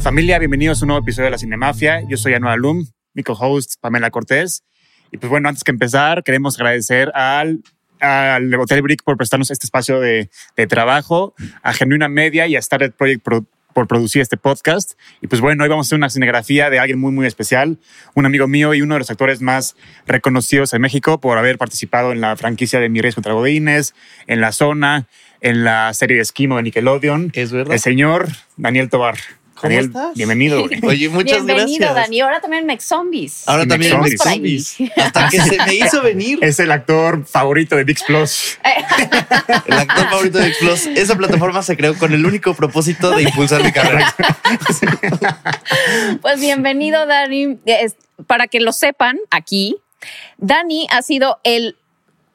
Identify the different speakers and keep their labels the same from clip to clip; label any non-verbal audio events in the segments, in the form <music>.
Speaker 1: Familia, bienvenidos a un nuevo episodio de La Cinemafia. Yo soy Anual Alum, mi co-host Pamela Cortés. Y pues bueno, antes que empezar, queremos agradecer al, al Hotel Brick por prestarnos este espacio de, de trabajo, a Genuina Media y a Started Project por, por producir este podcast. Y pues bueno, hoy vamos a hacer una cinegrafía de alguien muy, muy especial, un amigo mío y uno de los actores más reconocidos en México por haber participado en la franquicia de Mi Reyes contra Godínez, en La Zona, en la serie de Esquimo de Nickelodeon.
Speaker 2: Es verdad.
Speaker 1: El señor Daniel Tobar.
Speaker 2: ¿Cómo
Speaker 1: Daniel,
Speaker 2: estás?
Speaker 3: <laughs>
Speaker 1: bienvenido. güey.
Speaker 2: Oye, muchas
Speaker 3: Bienvenido,
Speaker 2: gracias.
Speaker 3: Dani. Ahora también Mex Zombies.
Speaker 2: Ahora
Speaker 1: Y
Speaker 2: también
Speaker 1: Mex
Speaker 2: Mex
Speaker 3: Zombies.
Speaker 2: Zombies. Hasta que se me hizo <laughs> venir.
Speaker 1: Es el actor favorito de Big Plus.
Speaker 2: El <laughs> actor favorito de Xplos. Esa plataforma se creó con el único propósito de impulsar mi carrera.
Speaker 3: <laughs> Pues bienvenido, Dani. Es- Para que lo sepan aquí, Dani ha sido el,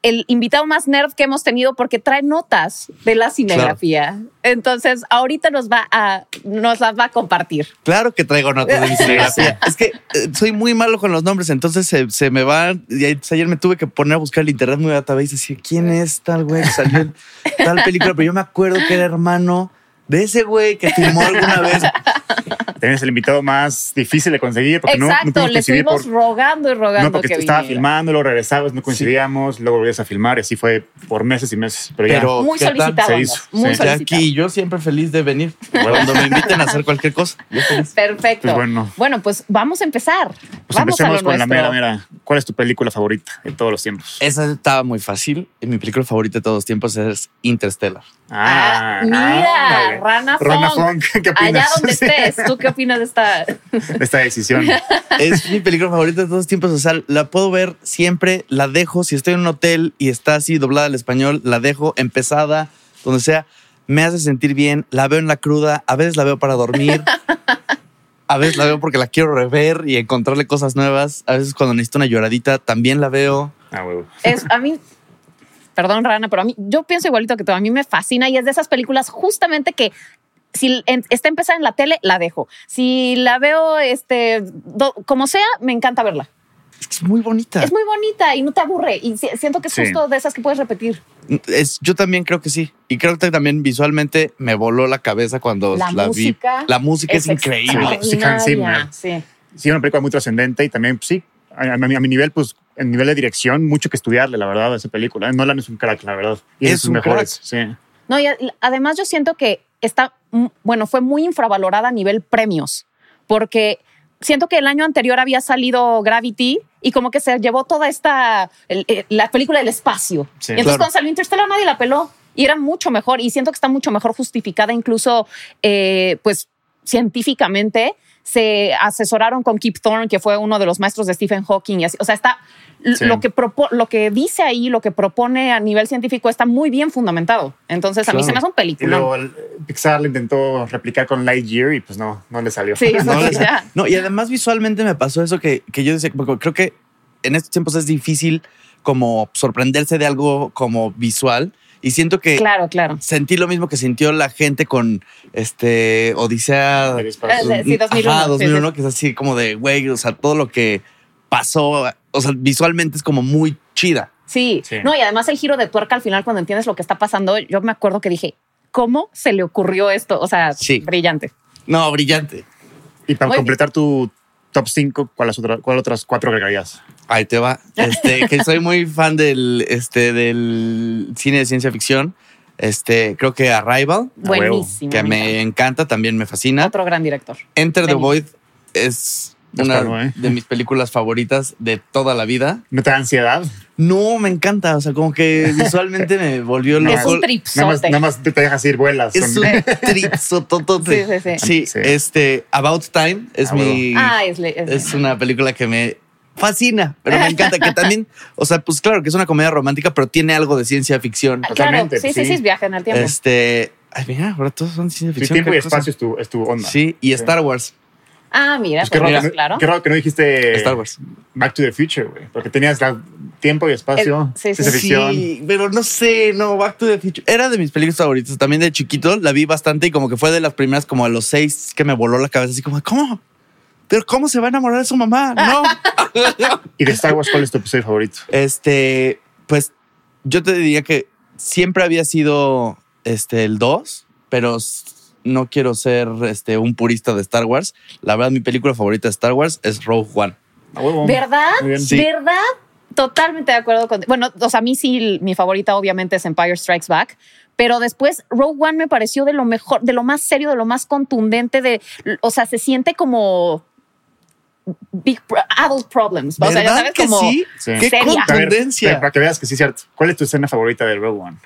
Speaker 3: el invitado más nerd que hemos tenido porque trae notas de la cinegrafía. Entonces, ahorita nos va a nos las va a compartir.
Speaker 2: Claro que traigo notas de mi <laughs> cinegrafía. Es que eh, soy muy malo con los nombres, entonces se, se me van. Y a- ayer me tuve que poner a buscar el internet muy database y decir quién es tal güey que salió en tal película. Pero yo me acuerdo que era hermano de ese güey que filmó alguna <laughs> vez.
Speaker 1: También es el invitado más difícil de conseguir porque no- no,
Speaker 3: Exacto,
Speaker 1: pudimos
Speaker 3: le
Speaker 1: coincidir
Speaker 3: estuvimos
Speaker 1: por-
Speaker 3: rogando y rogando
Speaker 1: no, porque
Speaker 3: que
Speaker 1: estaba
Speaker 3: viniera.
Speaker 1: filmando, luego regresabas, no coincidíamos, luego volvías a filmar y así fue por meses y meses. Pero, ya,
Speaker 2: Pero
Speaker 3: Muy
Speaker 2: ¿qué tal?
Speaker 3: solicitado,
Speaker 1: Se
Speaker 3: Andrés,
Speaker 1: hizo,
Speaker 3: muy
Speaker 1: sí.
Speaker 2: Ya
Speaker 3: solicitado.
Speaker 2: aquí yo siempre feliz de venir. Cuando me inviten a hacer cualquier cosa. yo feliz.
Speaker 3: Perfecto.
Speaker 1: Pues bueno.
Speaker 3: Bueno, pues vamos a empezar.
Speaker 1: pues
Speaker 3: vamos a lo
Speaker 1: empecemos con la
Speaker 3: nuestro.
Speaker 1: mera, mera. ¿Cuál es tu película favorita de todos los tiempos?
Speaker 2: Esa estaba muy fácil. Mi película favorita de todos los tiempos es Interstellar.
Speaker 1: ah,
Speaker 3: Ah, mira,
Speaker 1: vale.
Speaker 3: Rana
Speaker 1: Rana
Speaker 3: Funk.
Speaker 1: Funk, ¿qué opinas? <laughs>
Speaker 3: Allá donde
Speaker 1: Sí,
Speaker 3: estés, ¿tú qué opinas de esta?
Speaker 1: de esta
Speaker 3: <laughs>
Speaker 1: decisión.
Speaker 2: Es mi película favorita de todos los tiempos. O sea, la puedo ver siempre, la dejo. Si estoy en un hotel y está así doblada al español, la dejo empezada, donde sea. Me hace sentir bien. La veo en la cruda. A veces la veo para dormir. A veces la veo porque la quiero rever y encontrarle cosas nuevas. A veces cuando necesito una lloradita, también la veo.
Speaker 1: Ah, huevo.
Speaker 3: Es, a mí, perdón, Rana, pero a mí, yo pienso igualito que tú. A mí me fascina y es de esas películas justamente que si en- está empezada en la tele, la dejo. Si la veo, este, do- como sea, me encanta verla.
Speaker 2: Es que es muy bonita.
Speaker 3: Es muy bonita y no te aburre. Y si- siento que es
Speaker 1: Ah. Sí.
Speaker 3: justo de esas que puedes repetir.
Speaker 2: Es- yo también creo que sí. Y creo que también visualmente me voló la cabeza cuando la,
Speaker 3: La música
Speaker 2: vi. La música es, increíble.
Speaker 1: Sí, Hans Zimmer.
Speaker 3: extraordinaria. Sí.
Speaker 1: Sí, una película muy trascendente y también, pues, sí, a, a mi, a mi nivel, pues, en nivel de dirección, mucho que estudiarle, la verdad, a esa película. ¿eh? Nolan es un crack, la verdad. Y es,
Speaker 2: Es
Speaker 1: de sus
Speaker 2: un
Speaker 1: mejores. Sí.
Speaker 3: No, y a- además yo siento que está, mm, bueno, fue muy infravalorada a nivel premios, porque siento que el año anterior había salido Gravity y como que se llevó toda esta, el- eh, la película del espacio.
Speaker 1: Sí.
Speaker 3: y entonces
Speaker 2: Claro.
Speaker 3: cuando salió Interstellar nadie la peló y era mucho mejor y siento que está mucho mejor justificada incluso, eh, pues, científicamente. Se asesoraron con Kip Thorne, que fue uno de los maestros de Stephen Hawking. Y así. O sea, está l-
Speaker 1: Sí.
Speaker 3: lo, que propo- lo que dice ahí, lo que propone a nivel científico está muy bien fundamentado. Entonces, a mí
Speaker 2: Claro.
Speaker 3: se me hace un
Speaker 1: Y
Speaker 3: película.
Speaker 1: luego el- Pixar lo intentó replicar con Lightyear y pues no, no le salió. <laughs>
Speaker 3: Sí,
Speaker 2: No,
Speaker 3: sí,
Speaker 2: les-
Speaker 3: <laughs> ya.
Speaker 2: no, y además visualmente me pasó eso que, que yo decía, porque creo que en estos tiempos es difícil como sorprenderse de algo como visual. Y siento que
Speaker 3: Claro, claro.
Speaker 2: sentí lo mismo que sintió la gente con este Odisea.
Speaker 1: Del espacio.
Speaker 3: Eh, sí, 2001,
Speaker 2: Ajá,
Speaker 3: sí,
Speaker 2: 2001, que es así como de, güey, o sea, todo lo que pasó, o sea, visualmente es como muy chida.
Speaker 3: Sí.
Speaker 1: Sí.
Speaker 3: No, y además el giro de tuerca al final, cuando entiendes lo que está pasando, yo me acuerdo que dije, ¿cómo se le ocurrió esto? O sea,
Speaker 2: Sí.
Speaker 3: brillante.
Speaker 2: No, brillante.
Speaker 1: Y para
Speaker 3: Muy
Speaker 1: completar tu top 5, ¿cuál, ¿cuál otras cuatro agregarías?
Speaker 2: Ahí te
Speaker 3: <laughs>
Speaker 2: va. Este, que soy muy fan del, este, del cine de ciencia ficción. Este, creo que Arrival,
Speaker 1: huevo.
Speaker 3: Buenísimo.
Speaker 2: que
Speaker 3: encanta.
Speaker 2: me encanta, también me fascina.
Speaker 3: Otro gran director.
Speaker 2: Enter the
Speaker 3: Benny.
Speaker 2: Void es
Speaker 1: Ya
Speaker 2: una
Speaker 1: está, ¿no, eh?
Speaker 2: de mis películas favoritas de toda la vida.
Speaker 1: ¿No te da ansiedad?
Speaker 2: No, me encanta. O sea, como que visualmente me volvió
Speaker 1: No,
Speaker 3: es
Speaker 2: loco.
Speaker 3: un tripsote.
Speaker 1: Nada más, nada más te dejas ir vuelas.
Speaker 2: Es
Speaker 1: con-
Speaker 2: un trizototote.
Speaker 3: Sí, sí, sí.
Speaker 1: Sí.
Speaker 2: este About Time es
Speaker 1: Ah,
Speaker 2: mi
Speaker 3: Ah, es, le- es-
Speaker 2: es una película que me fascina, pero me encanta que también, o sea, pues claro que es una comedia romántica, pero tiene algo de ciencia ficción.
Speaker 3: Ah, Claro,
Speaker 1: totalmente,
Speaker 3: sí, sí, sí,
Speaker 1: sí.
Speaker 3: es viaje en el tiempo.
Speaker 2: Este, ay, mira, ahora todos son ciencia
Speaker 1: Sí,
Speaker 2: ficción.
Speaker 1: tiempo
Speaker 2: qué
Speaker 1: y
Speaker 2: cosa.
Speaker 1: espacio es tu, es tu onda.
Speaker 2: Sí, y
Speaker 1: Sí.
Speaker 2: Star Wars.
Speaker 3: ah, mira,
Speaker 1: Pues qué,
Speaker 3: pues,
Speaker 1: raro que no,
Speaker 3: claro.
Speaker 1: qué raro que no dijiste
Speaker 2: Star Wars.
Speaker 1: Back to the Future, güey. Porque tenías la- tiempo y espacio,
Speaker 3: El- Eh, sí, sí.
Speaker 1: ciencia ficción.
Speaker 2: Sí, pero no sé, no, Back to the Future. Era de mis películas favoritas. También de chiquito la vi bastante y como que fue de las primeras, como a los seis, que me voló la cabeza. Así como, ¿cómo? ¿Pero cómo se va a enamorar de su mamá? No.
Speaker 1: Y de Star Wars, ¿cuál es tu episodio favorito?
Speaker 2: este, pues yo te diría que siempre había sido este, el 2, pero s- no quiero ser este, un purista de Star Wars. La verdad, mi película favorita de Star Wars es Rogue One.
Speaker 1: A huevo.
Speaker 3: ¿Verdad?
Speaker 1: Muy bien.
Speaker 2: Sí.
Speaker 3: ¿Verdad? Totalmente de acuerdo con. Bueno, o sea, a mí sí, mi favorita obviamente es Empire Strikes Back, pero después Rogue One me pareció de lo mejor, de lo más serio, de lo más contundente, de, o sea, se siente como big pro- adult problems. O sea, ya
Speaker 2: ¿Verdad
Speaker 3: sabes
Speaker 2: que
Speaker 3: como
Speaker 2: sí?
Speaker 1: Sí.
Speaker 2: ¡Qué
Speaker 3: Seria.
Speaker 1: A ver,
Speaker 2: contundencia!
Speaker 1: Para que veas que sí es cierto. ¿Cuál es tu escena favorita del Rogue One?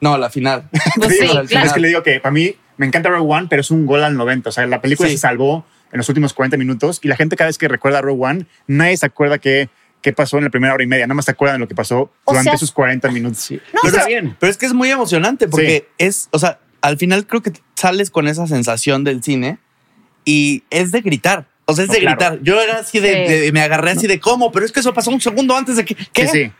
Speaker 2: No, la final.
Speaker 3: <laughs> Pues
Speaker 1: Sí,
Speaker 3: sí,
Speaker 1: o sea,
Speaker 3: claro.
Speaker 1: Es que le digo que para mí me encanta Rogue One, pero es un gol al 90. O sea, la película
Speaker 2: Sí.
Speaker 1: se salvó en los últimos 40 minutos y la gente cada vez que recuerda a Rogue One, nadie se acuerda qué, qué pasó en la primera hora y media. Nada más se acuerdan de lo que pasó
Speaker 3: O
Speaker 1: durante
Speaker 3: sea-
Speaker 1: esos 40 minutos.
Speaker 3: No,
Speaker 1: Y
Speaker 3: o
Speaker 1: está
Speaker 3: sea-
Speaker 1: bien.
Speaker 2: Pero es que es muy emocionante porque es, o sea, al final creo que sales con esa sensación del cine y es de gritar. O sea, es
Speaker 1: No,
Speaker 2: de
Speaker 1: claro.
Speaker 2: gritar. Yo era así de,
Speaker 3: Sí.
Speaker 2: de- me agarré así de cómo, pero es que eso pasó un segundo antes de que. ¿qué?
Speaker 1: Sí, sí.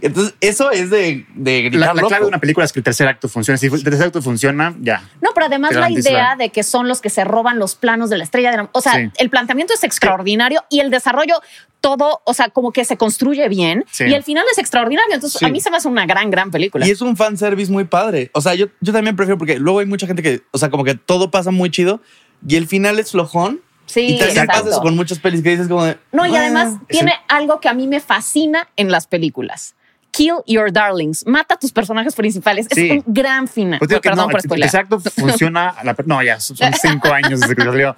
Speaker 2: Entonces, eso es de, de gritar.
Speaker 1: La, la
Speaker 2: loco.
Speaker 1: clave de una película es que el tercer acto funcione. Si el tercer acto funciona, ya.
Speaker 3: No, pero además
Speaker 1: Te
Speaker 3: la
Speaker 1: garantiza.
Speaker 3: idea de que son los que se roban los planos de la estrella de la... O sea,
Speaker 1: Sí.
Speaker 3: el planteamiento es extraordinario y el desarrollo todo, o sea, como que se construye bien
Speaker 1: Sí.
Speaker 3: y el final es extraordinario. Entonces,
Speaker 2: Sí.
Speaker 3: a mí se me hace una gran, gran película.
Speaker 2: Y es un fanservice muy padre. O sea, yo, yo también prefiero porque luego hay mucha gente que, o sea, como que todo pasa muy chido y el final es flojón.
Speaker 3: Sí,
Speaker 2: y también
Speaker 3: exacto.
Speaker 2: pasa eso con muchas pelis que dices como de. "Ah".
Speaker 3: No, y
Speaker 1: Ah,
Speaker 2: "Bueno".
Speaker 3: además tiene algo que a mí me fascina en las películas. Kill your darlings. Mata a tus personajes principales.
Speaker 1: Sí.
Speaker 3: Es un gran final.
Speaker 1: Pues digo que
Speaker 3: Perdón
Speaker 1: no,
Speaker 3: por
Speaker 1: el- el
Speaker 3: spoiler. <laughs>
Speaker 1: exacto funciona. a la per- no, ya son cinco años desde que salió.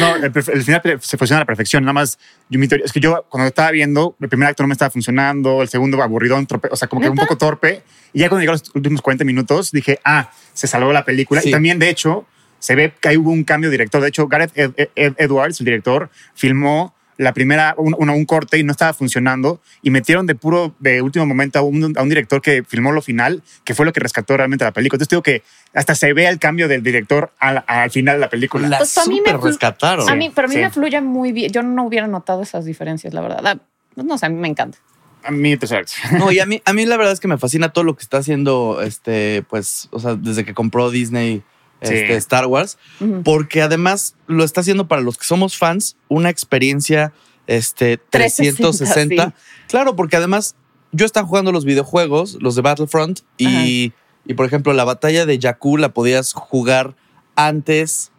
Speaker 1: No, el, perfe- el final se funciona a la perfección. Nada más, yo, mi teoría- es que yo cuando lo estaba viendo, el primer acto no me estaba funcionando, el segundo aburridón, torpe, o sea, como que un
Speaker 3: ¿Neta?
Speaker 1: poco torpe. Y ya cuando llegaron los últimos 40 minutos, dije, ah, se salvó la película.
Speaker 2: Sí.
Speaker 1: Y también, de hecho, se ve que ahí hubo un cambio de director. De hecho, Gareth Ed- Ed- Ed- Edwards, el director, filmó la primera, un, un- un corte y no estaba funcionando y metieron de puro, de último momento a un, a un director que filmó lo final, que fue lo que rescató realmente la película. Entonces digo que hasta se ve el cambio del director al, al final de la película.
Speaker 2: La
Speaker 3: Pues a mí me
Speaker 2: súper
Speaker 3: fl-
Speaker 2: rescataron.
Speaker 3: A mí, pero a mí
Speaker 1: Sí.
Speaker 3: me fluye muy bien. Yo no hubiera notado esas diferencias, la verdad. La- no sé, a mí me encanta.
Speaker 1: A mí, tercer acto.
Speaker 2: No, y a mí, a mí la verdad es que me fascina todo lo que está haciendo, este, pues, o sea, desde que compró Disney
Speaker 1: Sí.
Speaker 2: este, Star Wars,
Speaker 3: Ujú.
Speaker 2: porque además lo está haciendo para los que somos fans una experiencia este,
Speaker 3: 360,
Speaker 2: 360. Claro, porque además yo estaba jugando los videojuegos, los de Battlefront, y, y por ejemplo, la batalla de Jakku la podías jugar antes.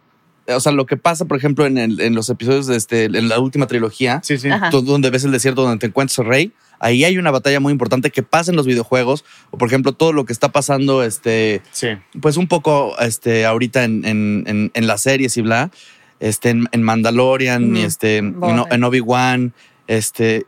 Speaker 2: O sea, lo que pasa, por ejemplo, en, el- en los episodios de este, en la última trilogía,
Speaker 1: <laughs> Sí, sí.
Speaker 3: Ajá.
Speaker 2: tú- donde ves el desierto donde te encuentras el rey, ahí hay una batalla muy importante que pasa en los videojuegos, o por ejemplo todo lo que está pasando, este,
Speaker 1: Sí.
Speaker 2: pues un poco este, ahorita en, en- en- en las series y bla, este, en, en Mandalorian,
Speaker 3: Ujú.
Speaker 2: y este, en,
Speaker 3: Bueno.
Speaker 2: en Obi-Wan, este,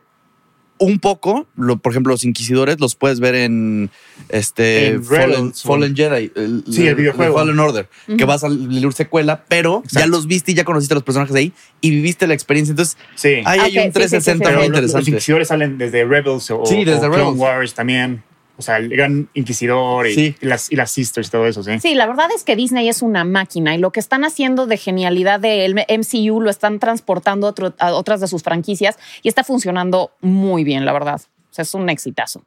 Speaker 2: un poco, lo, por ejemplo los inquisidores los puedes ver en, este,
Speaker 1: En
Speaker 2: Fallen,
Speaker 1: Rebels,
Speaker 2: Fallen Jedi, el,
Speaker 1: Sí, el videojuego.
Speaker 2: Fallen Order, que
Speaker 3: Ujú.
Speaker 2: vas a leer secuela, pero ya
Speaker 1: Exacto.
Speaker 2: los viste y ya conociste a los personajes de ahí y viviste la experiencia, entonces
Speaker 1: Sí.
Speaker 2: Ahí
Speaker 3: Ah,
Speaker 2: hay
Speaker 3: ok,
Speaker 2: un
Speaker 3: sí, sí, sí,
Speaker 2: 360
Speaker 1: Pero
Speaker 2: muy
Speaker 1: los- los
Speaker 2: interesante.
Speaker 1: inquisidores salen desde Rebels o,
Speaker 2: Sí, desde
Speaker 1: o Clone
Speaker 2: Rebels.
Speaker 1: Wars también. O sea, el gran inquisidor y,
Speaker 2: Sí.
Speaker 1: y las, y las sisters y todo eso, sí.
Speaker 3: Sí, la verdad es que Disney es una máquina y lo que están haciendo de genialidad del MCU lo están transportando a, otro- a otras de sus franquicias y está funcionando muy bien, la verdad. O sea, es un exitazo.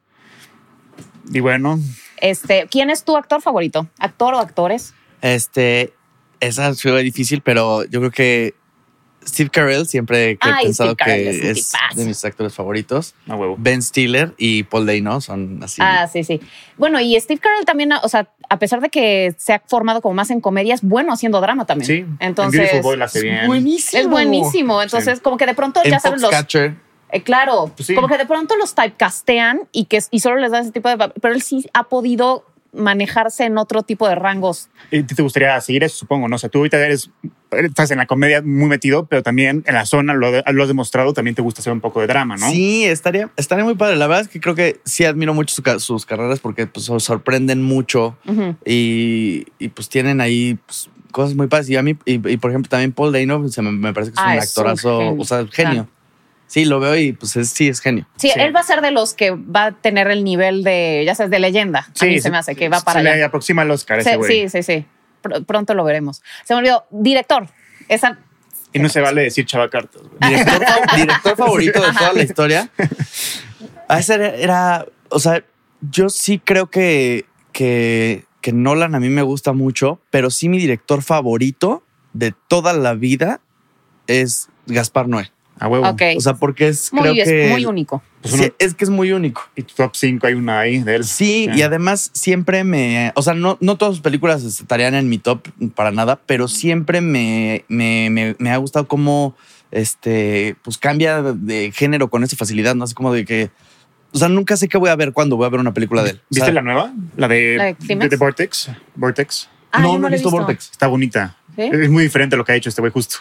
Speaker 1: Y bueno,
Speaker 3: Este, ¿Quién es tu actor favorito? ¿Actor o actores?
Speaker 2: Este, esa fue difícil, pero yo creo que Steve Carell siempre que he
Speaker 3: Ay,
Speaker 2: pensado
Speaker 3: Steve Carell es un
Speaker 2: que es
Speaker 3: tipazo.
Speaker 2: de mis actores favoritos.
Speaker 1: a huevo.
Speaker 2: Ben Stiller y Paul Dano son así.
Speaker 3: Ah, sí, sí. Bueno, y Steve Carell también, o sea, a pesar de que se ha formado como más en comedia, es bueno haciendo drama también.
Speaker 1: Sí. En
Speaker 3: Entonces,
Speaker 1: Beautiful Boy la hace bien.
Speaker 2: buenísimo.
Speaker 3: es buenísimo. Entonces, como que de pronto
Speaker 2: En
Speaker 3: ya sabes los...
Speaker 2: Foxcatcher.
Speaker 3: Eh, claro,
Speaker 1: Pues sí.
Speaker 3: como que de pronto los typecastean y que y solo les dan ese tipo de... pap- Pero él sí ha podido manejarse en otro tipo de rangos.
Speaker 1: ¿Y te gustaría seguir eso, supongo? No sé, tú ahorita eres, estás en la comedia muy metido, pero también en la zona lo, de- lo has demostrado, también te gusta hacer un poco de drama, Ah, ¿no?
Speaker 2: Sí, estaría, estaría muy padre. La verdad es que creo que sí admiro mucho su ca- sus carreras porque pues, sor- sorprenden mucho
Speaker 3: Ujú.
Speaker 2: y, y, pues tienen ahí pues, cosas muy padres. Y a mí, y, y, por ejemplo, también Paul Dano se me, me parece que es
Speaker 3: Ah,
Speaker 2: un
Speaker 3: es un
Speaker 2: actorazo,
Speaker 3: genio. Ah.
Speaker 2: o sea, genio. Sí, lo veo y pues es- sí, es genio.
Speaker 3: Sí,
Speaker 1: Sí.
Speaker 3: él va a ser de los que va a tener el nivel de, ya sabes, de leyenda. a mí se me hace que va para
Speaker 1: se le
Speaker 3: allá.
Speaker 1: aproxima el Oscar a ese
Speaker 3: Se-
Speaker 1: güey.
Speaker 3: sí, sí, sí. Pr- pronto lo veremos. Se me olvidó. Director. Esa...
Speaker 1: Y no se vale decir Chava Cartas. güey.
Speaker 2: Director,
Speaker 3: <laughs>
Speaker 2: fa- director favorito de toda la historia. A ese era, era- o sea, yo sí creo que, que, que Nolan a mí me gusta mucho, pero sí mi director favorito de toda la vida es Gaspar Noé.
Speaker 1: A huevo.
Speaker 3: Ok.
Speaker 2: O sea, porque es,
Speaker 3: Muy,
Speaker 2: creo
Speaker 3: es
Speaker 2: que...
Speaker 3: muy único.
Speaker 1: Pues
Speaker 2: Sí,
Speaker 1: uno-
Speaker 2: es que es muy único.
Speaker 1: Y tu top 5 hay una ahí de él.
Speaker 2: Sí, y además siempre me. O sea, no, no todas sus películas estarían en mi top para nada, pero siempre me, me, me- me ha gustado cómo este, pues cambia de género con esa facilidad, ¿no? Así como de que. O sea, nunca sé qué voy a ver cuando voy a ver una película de él. O sea,
Speaker 1: ¿Viste la nueva? La de,
Speaker 3: ¿La de
Speaker 1: de,
Speaker 3: Climax?
Speaker 1: de Vortex. Vortex.
Speaker 3: Ah,
Speaker 2: no,
Speaker 3: yo
Speaker 2: no he
Speaker 3: la
Speaker 2: visto Vortex.
Speaker 1: Está bonita.
Speaker 3: ¿Sí?
Speaker 1: Es muy diferente a lo que ha hecho este güey justo.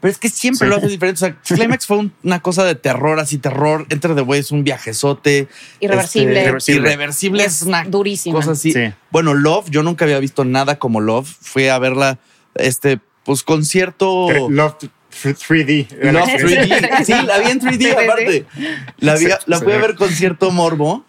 Speaker 2: Pero es que siempre
Speaker 1: Sí.
Speaker 2: lo hace diferente. O sea, Climax fue un- una cosa de terror, así terror. Enter the Way es un viajezote.
Speaker 3: Irreversible. Ah,
Speaker 2: Este,
Speaker 1: Irreversible.
Speaker 2: irreversible es una
Speaker 3: durísima.
Speaker 2: cosas así.
Speaker 1: Sí.
Speaker 2: Bueno, Love, yo nunca había visto nada como Love. Fui a verla, este, pues concierto.
Speaker 1: Pero
Speaker 3: Oh.
Speaker 1: Love 3D. era la
Speaker 2: Love
Speaker 1: experiencia.
Speaker 2: 3D. Sí, la vi en
Speaker 3: Sí,
Speaker 2: 3D
Speaker 3: sí, sí.
Speaker 2: aparte. La, vi, la
Speaker 1: Sí.
Speaker 2: fui a ver concierto morbo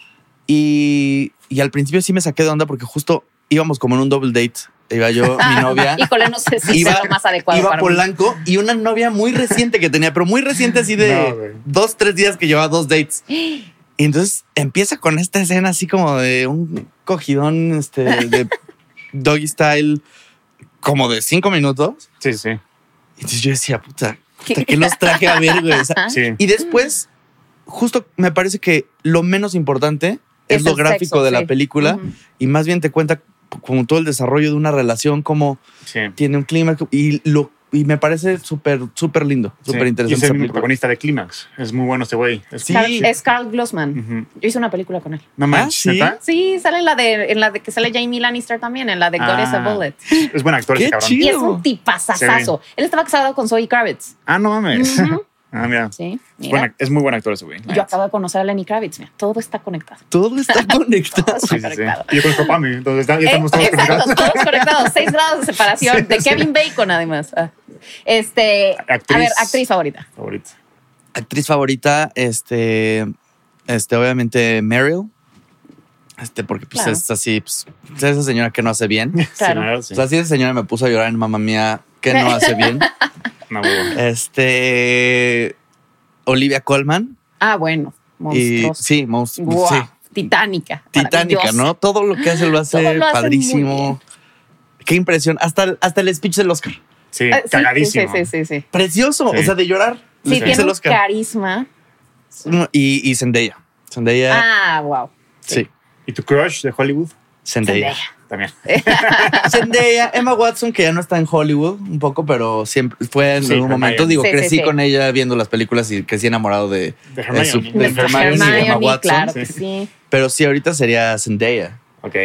Speaker 2: y, y al principio sí me saqué de onda porque justo íbamos como en un double date. Iba yo, mi
Speaker 3: <laughs>
Speaker 2: novia.
Speaker 3: Híjole, no sé si
Speaker 2: Iba-
Speaker 3: sea lo más adecuado
Speaker 2: Iba
Speaker 3: para mí.
Speaker 2: Polanco y una novia muy reciente que tenía, pero muy reciente así de
Speaker 1: <laughs> No, güey.
Speaker 2: dos, tres días que llevaba dos
Speaker 3: <gasps>
Speaker 2: dates. Y entonces empieza con esta escena así como de un cogidón este,
Speaker 3: <laughs>
Speaker 2: de doggy style, como de cinco minutos.
Speaker 1: Sí, sí.
Speaker 2: Y entonces yo decía, puta, puta, ¿qué los traje a ver, güey? O sea,
Speaker 3: ¿Ah?
Speaker 1: Sí.
Speaker 3: <laughs>
Speaker 2: y después, justo me parece que lo menos importante es,
Speaker 3: Es
Speaker 2: lo
Speaker 3: el
Speaker 2: gráfico
Speaker 3: sexo,
Speaker 2: de la
Speaker 3: sí.
Speaker 2: película
Speaker 3: Ujú.
Speaker 2: y más bien te cuenta como todo el desarrollo de una relación, cómo
Speaker 1: sí.
Speaker 2: tiene un clima y lo y me parece súper súper lindo, súper
Speaker 1: Sí. Y es
Speaker 2: interesante.
Speaker 1: el
Speaker 2: esa
Speaker 1: mismo
Speaker 2: película.
Speaker 1: protagonista de Clímax. Es muy bueno este güey. Es-
Speaker 2: Sí.
Speaker 3: Carl- Es Carl Glossman.
Speaker 1: Ujú.
Speaker 3: Yo hice una película con él.
Speaker 1: No manches,
Speaker 2: sí.
Speaker 1: ¿neta?
Speaker 3: Sí, sale la de, en la de que sale Jamie Lannister también, en la de God is a
Speaker 1: Ah.
Speaker 3: Bullet.
Speaker 1: Es buen actor
Speaker 2: Qué
Speaker 1: ese cabrón.
Speaker 2: chido.
Speaker 3: Y es un tipazazazo. Él estaba casado con Zoe Kravitz.
Speaker 1: Ah, no mames.
Speaker 3: Ujú.
Speaker 1: <laughs> Ah, mira.
Speaker 3: Sí,
Speaker 1: Es,
Speaker 3: mira.
Speaker 1: buen ac- es muy buen actor ese güey.
Speaker 3: Yo acabo de conocer a Lenny Kravitz. Mira, todo está conectado.
Speaker 2: Todo
Speaker 3: <laughs>
Speaker 2: está conectado.
Speaker 1: Sí, sí, sí.
Speaker 3: conectado.
Speaker 1: Y Yo conozco a Pami, entonces está- ya
Speaker 3: Eh,
Speaker 1: estamos todos conectados.
Speaker 3: exacto, todos
Speaker 2: <laughs>
Speaker 3: conectados. Seis grados de separación de Kevin Bacon, además. Ah. Este,
Speaker 1: Actriz.
Speaker 3: a ver, actriz favorita.
Speaker 1: Favorito.
Speaker 2: Actriz favorita, este, este, obviamente Meryl, este, porque pues
Speaker 3: Claro.
Speaker 2: es así, pues, es esa señora que no hace bien.
Speaker 3: Claro.
Speaker 1: Sí, la verdad, sí.
Speaker 2: O sea, si esa señora me puso a llorar en mamá mía que no hace bien.
Speaker 3: <laughs>
Speaker 1: No, huevo.
Speaker 2: Este, Olivia Colman
Speaker 3: Ah, bueno,
Speaker 2: y
Speaker 3: monstruoso.
Speaker 2: sí, monstruo,
Speaker 3: Guau,
Speaker 2: sí.
Speaker 3: Titánica.
Speaker 2: titánica,
Speaker 3: maravillosa. Ah,
Speaker 2: ¿no? Todo lo que hace lo hace
Speaker 3: Todo lo hace muy
Speaker 2: padrísimo.
Speaker 3: bien.
Speaker 2: Qué impresión. Hasta, el- hasta el speech del Oscar.
Speaker 1: Sí,
Speaker 3: Ah, sí,
Speaker 1: cagadísimo.
Speaker 3: Sí, sí, sí. sí.
Speaker 2: Precioso.
Speaker 1: Sí.
Speaker 2: O sea, de llorar.
Speaker 3: Sí,
Speaker 2: El speech
Speaker 3: tiene
Speaker 2: del
Speaker 3: un
Speaker 2: Oscar.
Speaker 3: carisma.
Speaker 2: No, Mm, Y, y Zendaya. Zendaya.
Speaker 3: Ah, wow.
Speaker 2: sí.
Speaker 1: ¿Y tu crush de Hollywood?
Speaker 2: Zendaya.
Speaker 3: Zendaya.
Speaker 1: También.
Speaker 2: Zendaya, Emma Watson, que ya no está en Hollywood un poco, pero siempre fue en
Speaker 1: Sí,
Speaker 2: algún momento.
Speaker 1: Hermione.
Speaker 2: Digo,
Speaker 3: Sí, sí,
Speaker 2: crecí
Speaker 3: sí.
Speaker 2: con ella viendo las películas y crecí enamorado de,
Speaker 1: De Hermione.
Speaker 2: su-
Speaker 1: De
Speaker 2: de Hermione y de Emma
Speaker 3: Hermione,
Speaker 2: Watson.
Speaker 3: claro que
Speaker 1: sí.
Speaker 3: sí.
Speaker 2: Pero sí, ahorita sería Zendaya.
Speaker 1: Ok.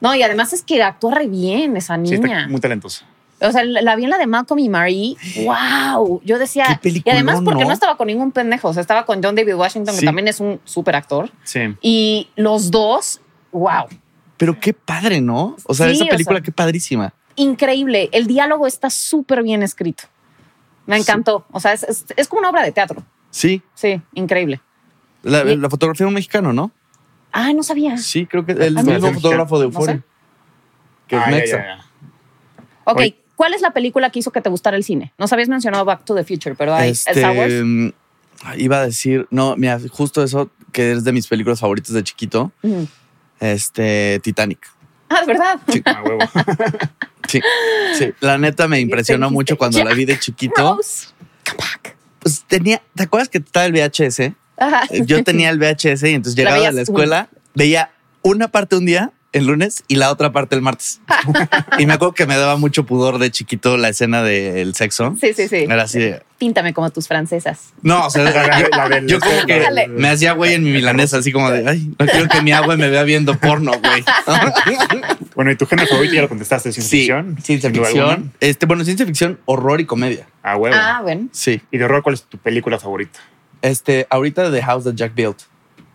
Speaker 3: No, y además es que actúa re bien esa
Speaker 1: Sí,
Speaker 3: niña.
Speaker 1: está muy talentoso.
Speaker 3: o sea, la vi en la de Malcolm y Marie. ¡Wow! Yo decía.
Speaker 2: Qué
Speaker 3: Y además,
Speaker 2: peliculón,
Speaker 3: porque no
Speaker 2: ¿no?
Speaker 3: estaba con ningún pendejo. O sea, estaba con John David Washington,
Speaker 2: Sí.
Speaker 3: que también es un súper actor.
Speaker 1: Sí.
Speaker 3: Y los dos, ¡wow!
Speaker 2: Pero qué padre, ¿no? O sea,
Speaker 3: Sí, o
Speaker 2: esa
Speaker 3: sea.
Speaker 2: película, qué padrísima.
Speaker 3: Increíble. El diálogo está súper bien escrito. Me
Speaker 2: Sí.
Speaker 3: encantó. O sea, es, es- es como una obra de teatro.
Speaker 2: Sí.
Speaker 3: Sí, increíble.
Speaker 2: La,
Speaker 3: Y-
Speaker 2: la fotografía de un mexicano, ¿no?
Speaker 3: Ah, no sabía.
Speaker 2: Sí, creo que el
Speaker 3: Ah,
Speaker 2: mismo
Speaker 1: mira.
Speaker 2: fotógrafo de
Speaker 3: No sé.
Speaker 2: Euphoria. Que es
Speaker 1: Ah, ya,
Speaker 2: mexa.
Speaker 1: ya, ya.
Speaker 3: Ok,
Speaker 1: Oye.
Speaker 3: ¿cuál es la película que hizo que te gustara el cine? Nos habías mencionado Back to the Future, pero hay
Speaker 2: Este,
Speaker 3: Star Wars.
Speaker 2: mm, Iba a decir, no, mira, justo eso que es de mis películas favoritas de chiquito,
Speaker 1: mm.
Speaker 3: Ujú.
Speaker 2: este Titanic.
Speaker 3: <laughs> Ah, es verdad.
Speaker 1: Ah,
Speaker 2: <laughs>
Speaker 1: huevo.
Speaker 3: <gasps>
Speaker 2: Sí, sí. La neta me impresionó
Speaker 3: dijiste,
Speaker 2: mucho cuando la vi de chiquito.
Speaker 3: Rose, come back.
Speaker 2: Pues tenía, ¿te acuerdas que estaba el VHS?
Speaker 3: Ajá.
Speaker 2: Eh,
Speaker 3: <laughs>
Speaker 2: Yo tenía el VHS y entonces
Speaker 3: La
Speaker 2: llegaba de
Speaker 3: veías
Speaker 2: la escuela, veía una parte un día, el lunes, y la otra parte el
Speaker 3: <laughs>
Speaker 2: martes. y me acuerdo que me daba mucho pudor de chiquito la escena del sexo.
Speaker 3: Sí, sí, sí.
Speaker 2: Era así de,
Speaker 3: Píntame como tus francesas.
Speaker 2: no, o sea,
Speaker 1: La- la del-
Speaker 2: Yo como que
Speaker 3: Dale.
Speaker 2: me hacía güey en mi milanesa, así como de, ay, no quiero que mi agua me vea viendo porno,
Speaker 1: <laughs>
Speaker 2: güey.
Speaker 1: Bueno, ¿y tu género favorito ya lo contestaste? ¿Ciencia
Speaker 2: Sí,
Speaker 1: ficción?
Speaker 2: ciencia
Speaker 1: Sin duda
Speaker 2: ficción.
Speaker 1: alguna.
Speaker 2: Este, bueno, ciencia ficción, horror y comedia.
Speaker 1: Ah, huevo.
Speaker 3: Ah, bueno.
Speaker 2: Sí.
Speaker 1: ¿Y de horror cuál es tu película favorita?
Speaker 2: Este, ahorita The House That Jack Built,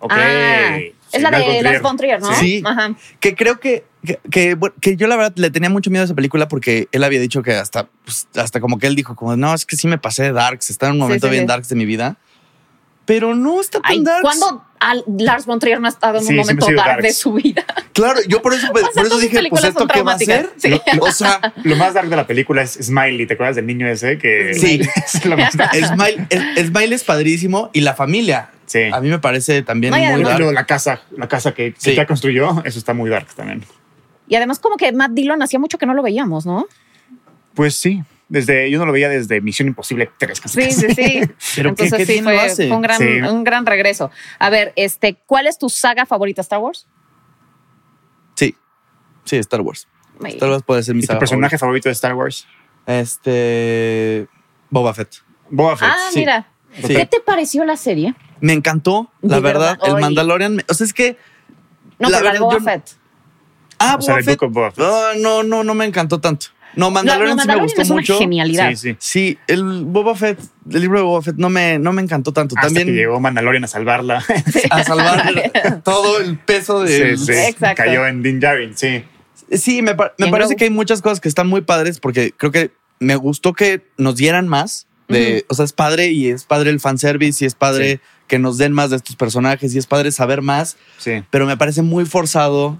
Speaker 1: Ok.
Speaker 3: Ah,
Speaker 1: Sí,
Speaker 3: es la
Speaker 1: Lars
Speaker 3: de
Speaker 1: von
Speaker 3: Lars
Speaker 1: Trier.
Speaker 3: von Trier, ¿no?
Speaker 2: Sí.
Speaker 3: Ajá.
Speaker 2: que creo que, que, que, bueno, que yo la verdad le tenía mucho miedo a esa película porque él había dicho que hasta, pues, hasta como que él dijo, como, no, es que sí me pasé de Darks, está en un
Speaker 3: Sí,
Speaker 2: momento
Speaker 3: sí,
Speaker 2: bien
Speaker 3: sí.
Speaker 2: Darks de mi vida. Pero no está tan
Speaker 3: Ay,
Speaker 2: Darks.
Speaker 3: ¿Cuándo al- Lars von Trier no ha estado en
Speaker 1: Sí,
Speaker 3: un
Speaker 1: siempre ha
Speaker 3: momento
Speaker 1: sido
Speaker 3: dark
Speaker 1: darks.
Speaker 3: de su vida?
Speaker 2: Claro, yo por eso, por eso
Speaker 3: todas
Speaker 2: dije,
Speaker 3: mis
Speaker 2: pues
Speaker 3: películas
Speaker 2: esto
Speaker 3: son
Speaker 2: qué va a ser.
Speaker 3: traumáticas. Sí.
Speaker 2: O sea,
Speaker 1: Lo más dark de la película es Smiley. ¿Te acuerdas del niño ese? Que
Speaker 2: Sí.
Speaker 1: <laughs> es lo más dark.
Speaker 2: Smile, es- Smile es padrísimo y la familia.
Speaker 1: Sí.
Speaker 2: A mí me parece también
Speaker 3: No, y
Speaker 2: muy
Speaker 1: Y
Speaker 3: además-
Speaker 2: raro.
Speaker 1: luego la casa, la casa que, que
Speaker 2: Sí.
Speaker 1: ya construyó, eso está muy dark también.
Speaker 3: Y además, como que Matt Dillon hacía mucho que no lo veíamos, ¿no?
Speaker 1: Pues sí. desde, yo no lo veía desde Misión Imposible 3. Casi,
Speaker 3: Sí,
Speaker 1: casi.
Speaker 3: sí, <laughs> sí.
Speaker 2: Pero qué-
Speaker 3: Entonces
Speaker 2: qué
Speaker 3: sí,
Speaker 2: bien lo
Speaker 3: fue,
Speaker 2: hace.
Speaker 3: fue un gran,
Speaker 1: Sí.
Speaker 3: un gran regreso. A ver, este, ¿cuál es tu saga favorita Star Wars?
Speaker 2: Sí. Sí, Star Wars.
Speaker 3: Me-
Speaker 2: Star Wars puede ser mi
Speaker 1: ¿Y tu
Speaker 2: saga
Speaker 1: personaje favorito de Star Wars?
Speaker 2: favorita. Este. Boba Fett.
Speaker 1: Boba Fett.
Speaker 3: Ah,
Speaker 2: sí.
Speaker 3: mira.
Speaker 2: Sí.
Speaker 3: ¿Qué te pareció la serie?
Speaker 2: Me encantó, la
Speaker 3: De
Speaker 2: verdad.
Speaker 3: verdad,
Speaker 2: El
Speaker 3: oye.
Speaker 2: Mandalorian. me- O sea, es que. La
Speaker 3: No, pero la de
Speaker 2: verdad,
Speaker 3: Boba
Speaker 2: yo-
Speaker 3: Fett.
Speaker 2: Ah,
Speaker 1: o sea,
Speaker 2: Boba
Speaker 1: el
Speaker 2: Fett.
Speaker 1: Book of Boba Fett.
Speaker 2: No, no, no, no me encantó tanto. No,
Speaker 3: La- la
Speaker 2: Mandalorian, sí me
Speaker 3: Mandalorian
Speaker 2: gustó
Speaker 3: es una
Speaker 2: mucho.
Speaker 3: genialidad.
Speaker 1: Sí, sí.
Speaker 2: Sí, el Boba Fett, el libro de Boba Fett no me, no me encantó tanto.
Speaker 1: Hasta que
Speaker 2: También
Speaker 1: llegó Mandalorian a salvarla. <laughs>
Speaker 2: a
Speaker 3: <laughs>
Speaker 2: salvar todo el peso de.
Speaker 1: sí, sí.
Speaker 3: Exacto.
Speaker 1: Cayó en Din Djarin, sí.
Speaker 2: Sí, me, par- me
Speaker 3: Y en
Speaker 2: parece
Speaker 3: Grogu.
Speaker 2: que hay muchas cosas que están muy padres porque creo que me gustó que nos dieran más. De, O sea, es padre y es padre el fanservice y es padre que nos den más de estos personajes y es padre saber más,
Speaker 1: Sí.
Speaker 2: pero me parece muy forzado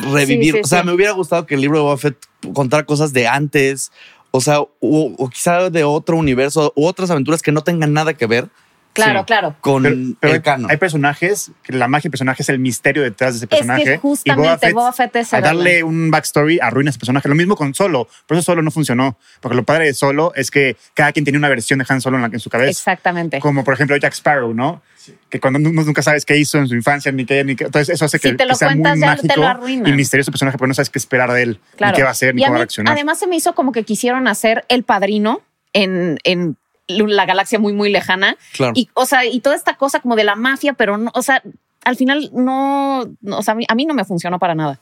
Speaker 2: revivir.
Speaker 3: sí,
Speaker 2: o sea,
Speaker 3: sí.
Speaker 2: me hubiera gustado que el libro de Buffett contara cosas de antes, o sea, o, o quizá de otro universo u otras aventuras que no tengan nada que ver
Speaker 3: Claro,
Speaker 1: Sí.
Speaker 3: claro.
Speaker 2: con
Speaker 1: Pero, pero hay-
Speaker 2: el canon.
Speaker 1: hay personajes, que la magia del personaje es el misterio detrás de ese
Speaker 3: Es
Speaker 1: personaje.
Speaker 3: que
Speaker 1: Y Boba
Speaker 3: justamente
Speaker 1: Fett,
Speaker 3: Boba Fett es
Speaker 1: al
Speaker 3: el-
Speaker 1: darle un backstory arruina ese personaje. Lo mismo con Solo. Por eso Solo no funcionó. Porque lo padre de Solo es que cada quien tiene una versión de Han Solo en, la- en su cabeza.
Speaker 3: Exactamente.
Speaker 1: pues, Como por ejemplo Jack Sparrow, ¿no? Que cuando uno nunca sabes qué hizo en su infancia, ni qué, ni qué. Entonces eso hace
Speaker 3: Si
Speaker 1: que,
Speaker 3: te lo
Speaker 1: que sea
Speaker 3: cuentas,
Speaker 1: muy
Speaker 3: ya te
Speaker 1: mágico
Speaker 3: lo arruinan.
Speaker 1: y misterioso personaje, porque no sabes qué esperar de él,
Speaker 3: Claro.
Speaker 1: ni qué va a hacer, ni
Speaker 3: Y a
Speaker 1: cómo va
Speaker 3: mí,
Speaker 1: a reaccionar.
Speaker 3: Además, se me hizo como que quisieron hacer el padrino en, en la galaxia muy, muy lejana.
Speaker 2: Claro.
Speaker 3: Y, o sea, y toda esta cosa como de la mafia, pero no, o sea, al final no, no, o sea, a mí, a mí no me funcionó para nada.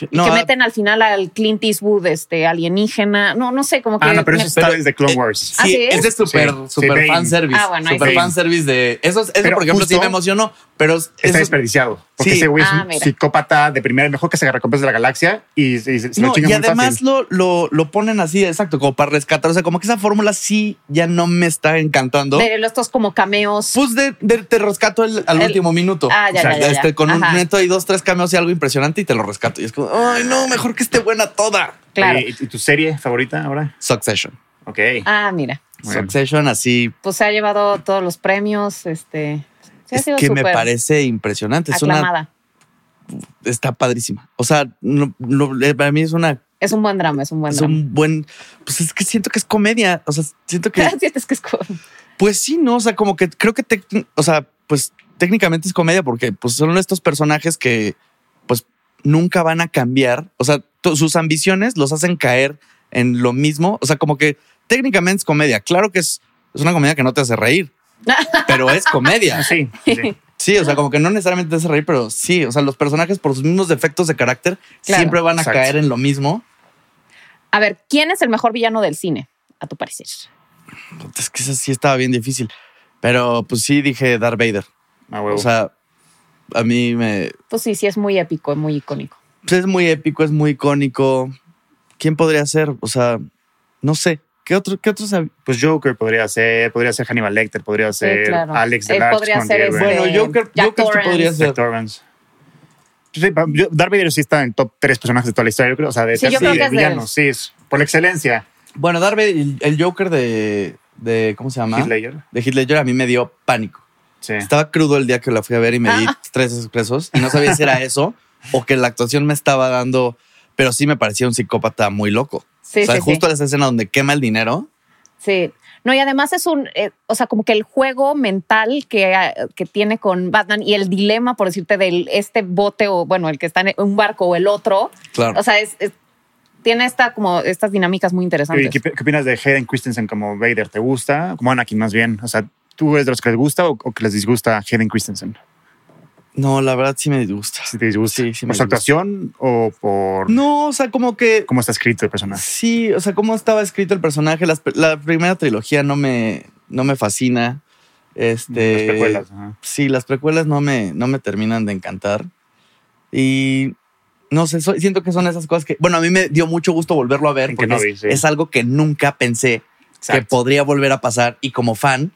Speaker 3: Y
Speaker 2: No,
Speaker 3: que
Speaker 2: ah,
Speaker 3: meten al final al Clint Eastwood, este alienígena, no, no sé, como que.
Speaker 1: ah, no, pero
Speaker 3: me-
Speaker 1: eso está
Speaker 2: pero-
Speaker 1: desde Clone
Speaker 2: eh,
Speaker 1: Wars.
Speaker 3: ¿Ah,
Speaker 2: Sí,
Speaker 3: sí?
Speaker 2: es de super,
Speaker 1: Sí, sí,
Speaker 2: super
Speaker 1: Bane.
Speaker 2: fanservice.
Speaker 3: Ah, bueno, ahí
Speaker 2: super
Speaker 1: sí.
Speaker 2: fanservice de. Eso, eso
Speaker 1: Pero
Speaker 2: por ejemplo, sí
Speaker 1: justo-
Speaker 2: me emocionó, pero. es-
Speaker 1: Está
Speaker 2: eso-
Speaker 1: desperdiciado. Porque
Speaker 2: Sí.
Speaker 1: ese güey es
Speaker 3: Ah,
Speaker 1: un
Speaker 3: mira.
Speaker 1: psicópata de primera, mejor que se recompensa de la galaxia y, y se se
Speaker 2: No,
Speaker 1: lo chingan
Speaker 2: y
Speaker 1: muy
Speaker 2: además
Speaker 1: fácil.
Speaker 2: lo, lo, lo ponen así, exacto, como para rescatar. O sea, como que esa fórmula sí ya no me está encantando.
Speaker 3: de estos como cameos.
Speaker 2: Pues de, de- te rescato el- al
Speaker 3: El-
Speaker 2: último minuto.
Speaker 3: Ah, ya,
Speaker 1: ya,
Speaker 3: ya, ya.
Speaker 2: Este, con un
Speaker 3: Ajá.
Speaker 2: neto y dos, tres cambios y algo impresionante y te lo rescato. Y es como, ay, no, mejor que esté buena toda.
Speaker 3: claro.
Speaker 1: Oye, Eh, ¿Y tu serie favorita ahora?
Speaker 2: Succession.
Speaker 1: Ok.
Speaker 3: Ah, mira.
Speaker 1: Muy bien.
Speaker 2: Succession, así.
Speaker 3: Pues se ha llevado todos los premios. Este. sí ha
Speaker 2: Es
Speaker 3: sido
Speaker 2: que me
Speaker 3: súper
Speaker 2: parece impresionante. Es una,
Speaker 3: aclamada.
Speaker 2: está padrísima. O sea, no- no, eh, para mí es una
Speaker 3: Es un buen drama, es un buen
Speaker 2: Es
Speaker 3: <laughs> drama.
Speaker 2: un buen. Pues es que siento que es comedia. O sea, siento
Speaker 3: <laughs>
Speaker 2: que.
Speaker 3: Sientes que es co-
Speaker 2: pues sí, no. O sea, como que creo que. tec- O sea, pues técnicamente es comedia porque pues, son estos personajes que, pues, nunca van a cambiar. O sea, to- sus ambiciones los hacen caer en lo mismo. O sea, como que técnicamente es comedia. Claro que es, es una comedia que no te hace reír, pero es
Speaker 1: <laughs>
Speaker 2: comedia.
Speaker 1: Ah, Sí,
Speaker 3: <laughs>
Speaker 1: sí.
Speaker 2: Sí, o sea, como que no necesariamente te hace reír, pero sí. O sea, los personajes por sus mismos defectos de carácter
Speaker 3: Claro.
Speaker 2: siempre van a
Speaker 1: Exacto.
Speaker 2: caer en lo mismo.
Speaker 3: A ver, ¿quién es el mejor villano del cine, a tu parecer?
Speaker 2: Puta, Es que esa sí estaba bien difícil. Pero pues sí dije Darth Vader.
Speaker 1: A huevo.
Speaker 2: O sea, a mí me.
Speaker 3: Pues sí, sí, es muy épico, muy icónico.
Speaker 2: pues, es muy épico, es muy icónico. ¿Quién podría ser? O sea, no sé. ¿Qué otro? ¿Qué otros hab-
Speaker 1: pues Joker podría ser, podría ser Hannibal Lecter, podría ser
Speaker 3: claro.
Speaker 1: Alex de
Speaker 3: Él
Speaker 1: Large
Speaker 3: podría
Speaker 1: con
Speaker 3: ser
Speaker 1: Diego,
Speaker 3: ese-
Speaker 1: ¿eh?
Speaker 2: Bueno,
Speaker 3: Eh,
Speaker 2: Joker,
Speaker 3: Jack
Speaker 2: Joker sí
Speaker 3: Torrance.
Speaker 2: podría ser.
Speaker 1: Jack Torrance. Sí, pa- yo- Darth Vader sí está en top tres personajes de toda la historia, yo creo. O sea, de
Speaker 3: Sí, yo
Speaker 1: ser-
Speaker 3: creo
Speaker 1: sí,
Speaker 3: que es de-
Speaker 1: villano, sí, es por la excelencia.
Speaker 2: Bueno, Darth Vader, el, el Joker de, de. ¿Cómo se llama?
Speaker 1: Heath Ledger.
Speaker 2: De Heath Ledger a mí me dio pánico.
Speaker 1: Sí.
Speaker 2: Estaba crudo el día que la fui a ver y me di
Speaker 3: Ah.
Speaker 2: <laughs> tres expresos y no sabía si era eso o que la actuación me estaba dando, pero sí me parecía un psicópata muy loco.
Speaker 3: Sí,
Speaker 2: o sea,
Speaker 3: sí,
Speaker 2: justo
Speaker 3: sí.
Speaker 2: esa escena donde quema el dinero.
Speaker 3: Sí. No, y además es un, eh, o sea, como que el juego mental que, eh, que tiene con Batman y el dilema, por decirte, del este bote o, bueno, el que está en un barco o el otro.
Speaker 2: Claro.
Speaker 3: O sea, es, es- tiene esta, como, estas dinámicas muy
Speaker 1: Oye,
Speaker 3: interesantes.
Speaker 1: ¿qué, qué opinas de Hayden Christensen como Vader? ¿Te gusta? Como Anakin, más bien. O sea, ¿tú eres de los que les gusta o, o que les disgusta Hayden Christensen?
Speaker 2: No, la verdad sí me disgusta.
Speaker 1: Si te disgusta.
Speaker 2: Sí, sí me
Speaker 1: ¿Por
Speaker 2: disgusta.
Speaker 1: su actuación o por
Speaker 2: No, o sea, como que
Speaker 1: cómo está escrito el personaje?
Speaker 2: sí, o sea, cómo estaba escrito el personaje. Las pr- la primera trilogía no me, no me fascina. Este,
Speaker 1: Las precuelas. ajá.
Speaker 2: Sí, las precuelas no me, no me terminan de encantar. Y no sé, soy- siento que son esas cosas que, bueno, a mí me dio mucho gusto volverlo a ver
Speaker 1: En
Speaker 2: porque
Speaker 1: Kenobi,
Speaker 2: es,
Speaker 1: sí.
Speaker 2: es algo que nunca pensé que
Speaker 1: Exacto.
Speaker 2: podría volver a pasar y como fan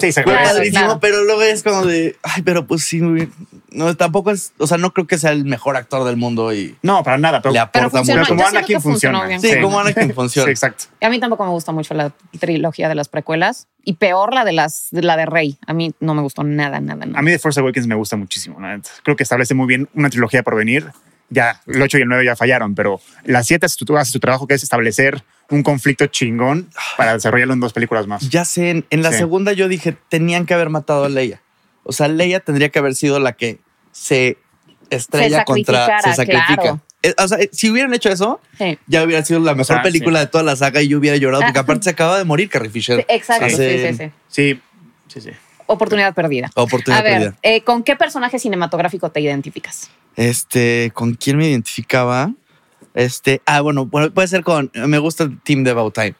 Speaker 1: Sí, se
Speaker 2: fue
Speaker 3: Claro,
Speaker 1: agradece.
Speaker 2: padrísimo,
Speaker 3: claro.
Speaker 2: pero luego es como de, ay, pero pues sí, muy bien. no, tampoco es, o sea, no creo que sea el mejor actor del mundo y
Speaker 1: No, para nada. Pero,
Speaker 2: le
Speaker 3: Pero
Speaker 2: aporta
Speaker 3: funciona,
Speaker 2: mucho.
Speaker 1: como
Speaker 3: yo siento
Speaker 1: Anakin
Speaker 3: que funcionó
Speaker 1: funciona.
Speaker 3: bien.
Speaker 2: Sí,
Speaker 1: Sí.
Speaker 2: como
Speaker 1: <laughs>
Speaker 2: Anakin
Speaker 1: sí,
Speaker 2: funciona.
Speaker 1: exacto.
Speaker 3: A mí tampoco me gusta mucho la trilogía de las precuelas y peor la de las la de Rey. A mí no me gustó nada, nada, nada.
Speaker 1: A mí The Force Awakens me gusta muchísimo. la neta. Creo que establece muy bien una trilogía por venir ya el 8 y el 9 ya fallaron, pero las 7 haces tu, haces tu trabajo, que es establecer un conflicto chingón para desarrollarlo en dos películas más.
Speaker 2: Ya sé, en, en la
Speaker 1: Sí.
Speaker 2: segunda yo dije, tenían que haber matado a Leia. O sea, Leia tendría que haber sido la que se estrella
Speaker 3: Se
Speaker 2: contra... Se
Speaker 3: sacrificara,
Speaker 2: sacrifica.
Speaker 3: claro.
Speaker 2: Eh, O sea, eh, si hubieran hecho eso,
Speaker 3: Sí.
Speaker 2: ya hubiera sido la mejor
Speaker 1: Ah,
Speaker 2: película de toda la saga y yo hubiera llorado, porque
Speaker 3: Ah.
Speaker 2: aparte se acaba de morir Carrie Fisher.
Speaker 3: Sí, eh, Exacto, sí,
Speaker 2: Hace-
Speaker 3: sí, sí.
Speaker 1: Sí,
Speaker 2: Sí, sí.
Speaker 3: Oportunidad perdida.
Speaker 2: Oh, Oportunidad
Speaker 3: A ver,
Speaker 2: perdida.
Speaker 3: eh, ¿con qué personaje cinematográfico te identificas?
Speaker 2: Este, ¿con quién me identificaba? Este, ah, bueno, bueno, puede ser con. Me gusta el team de About Time.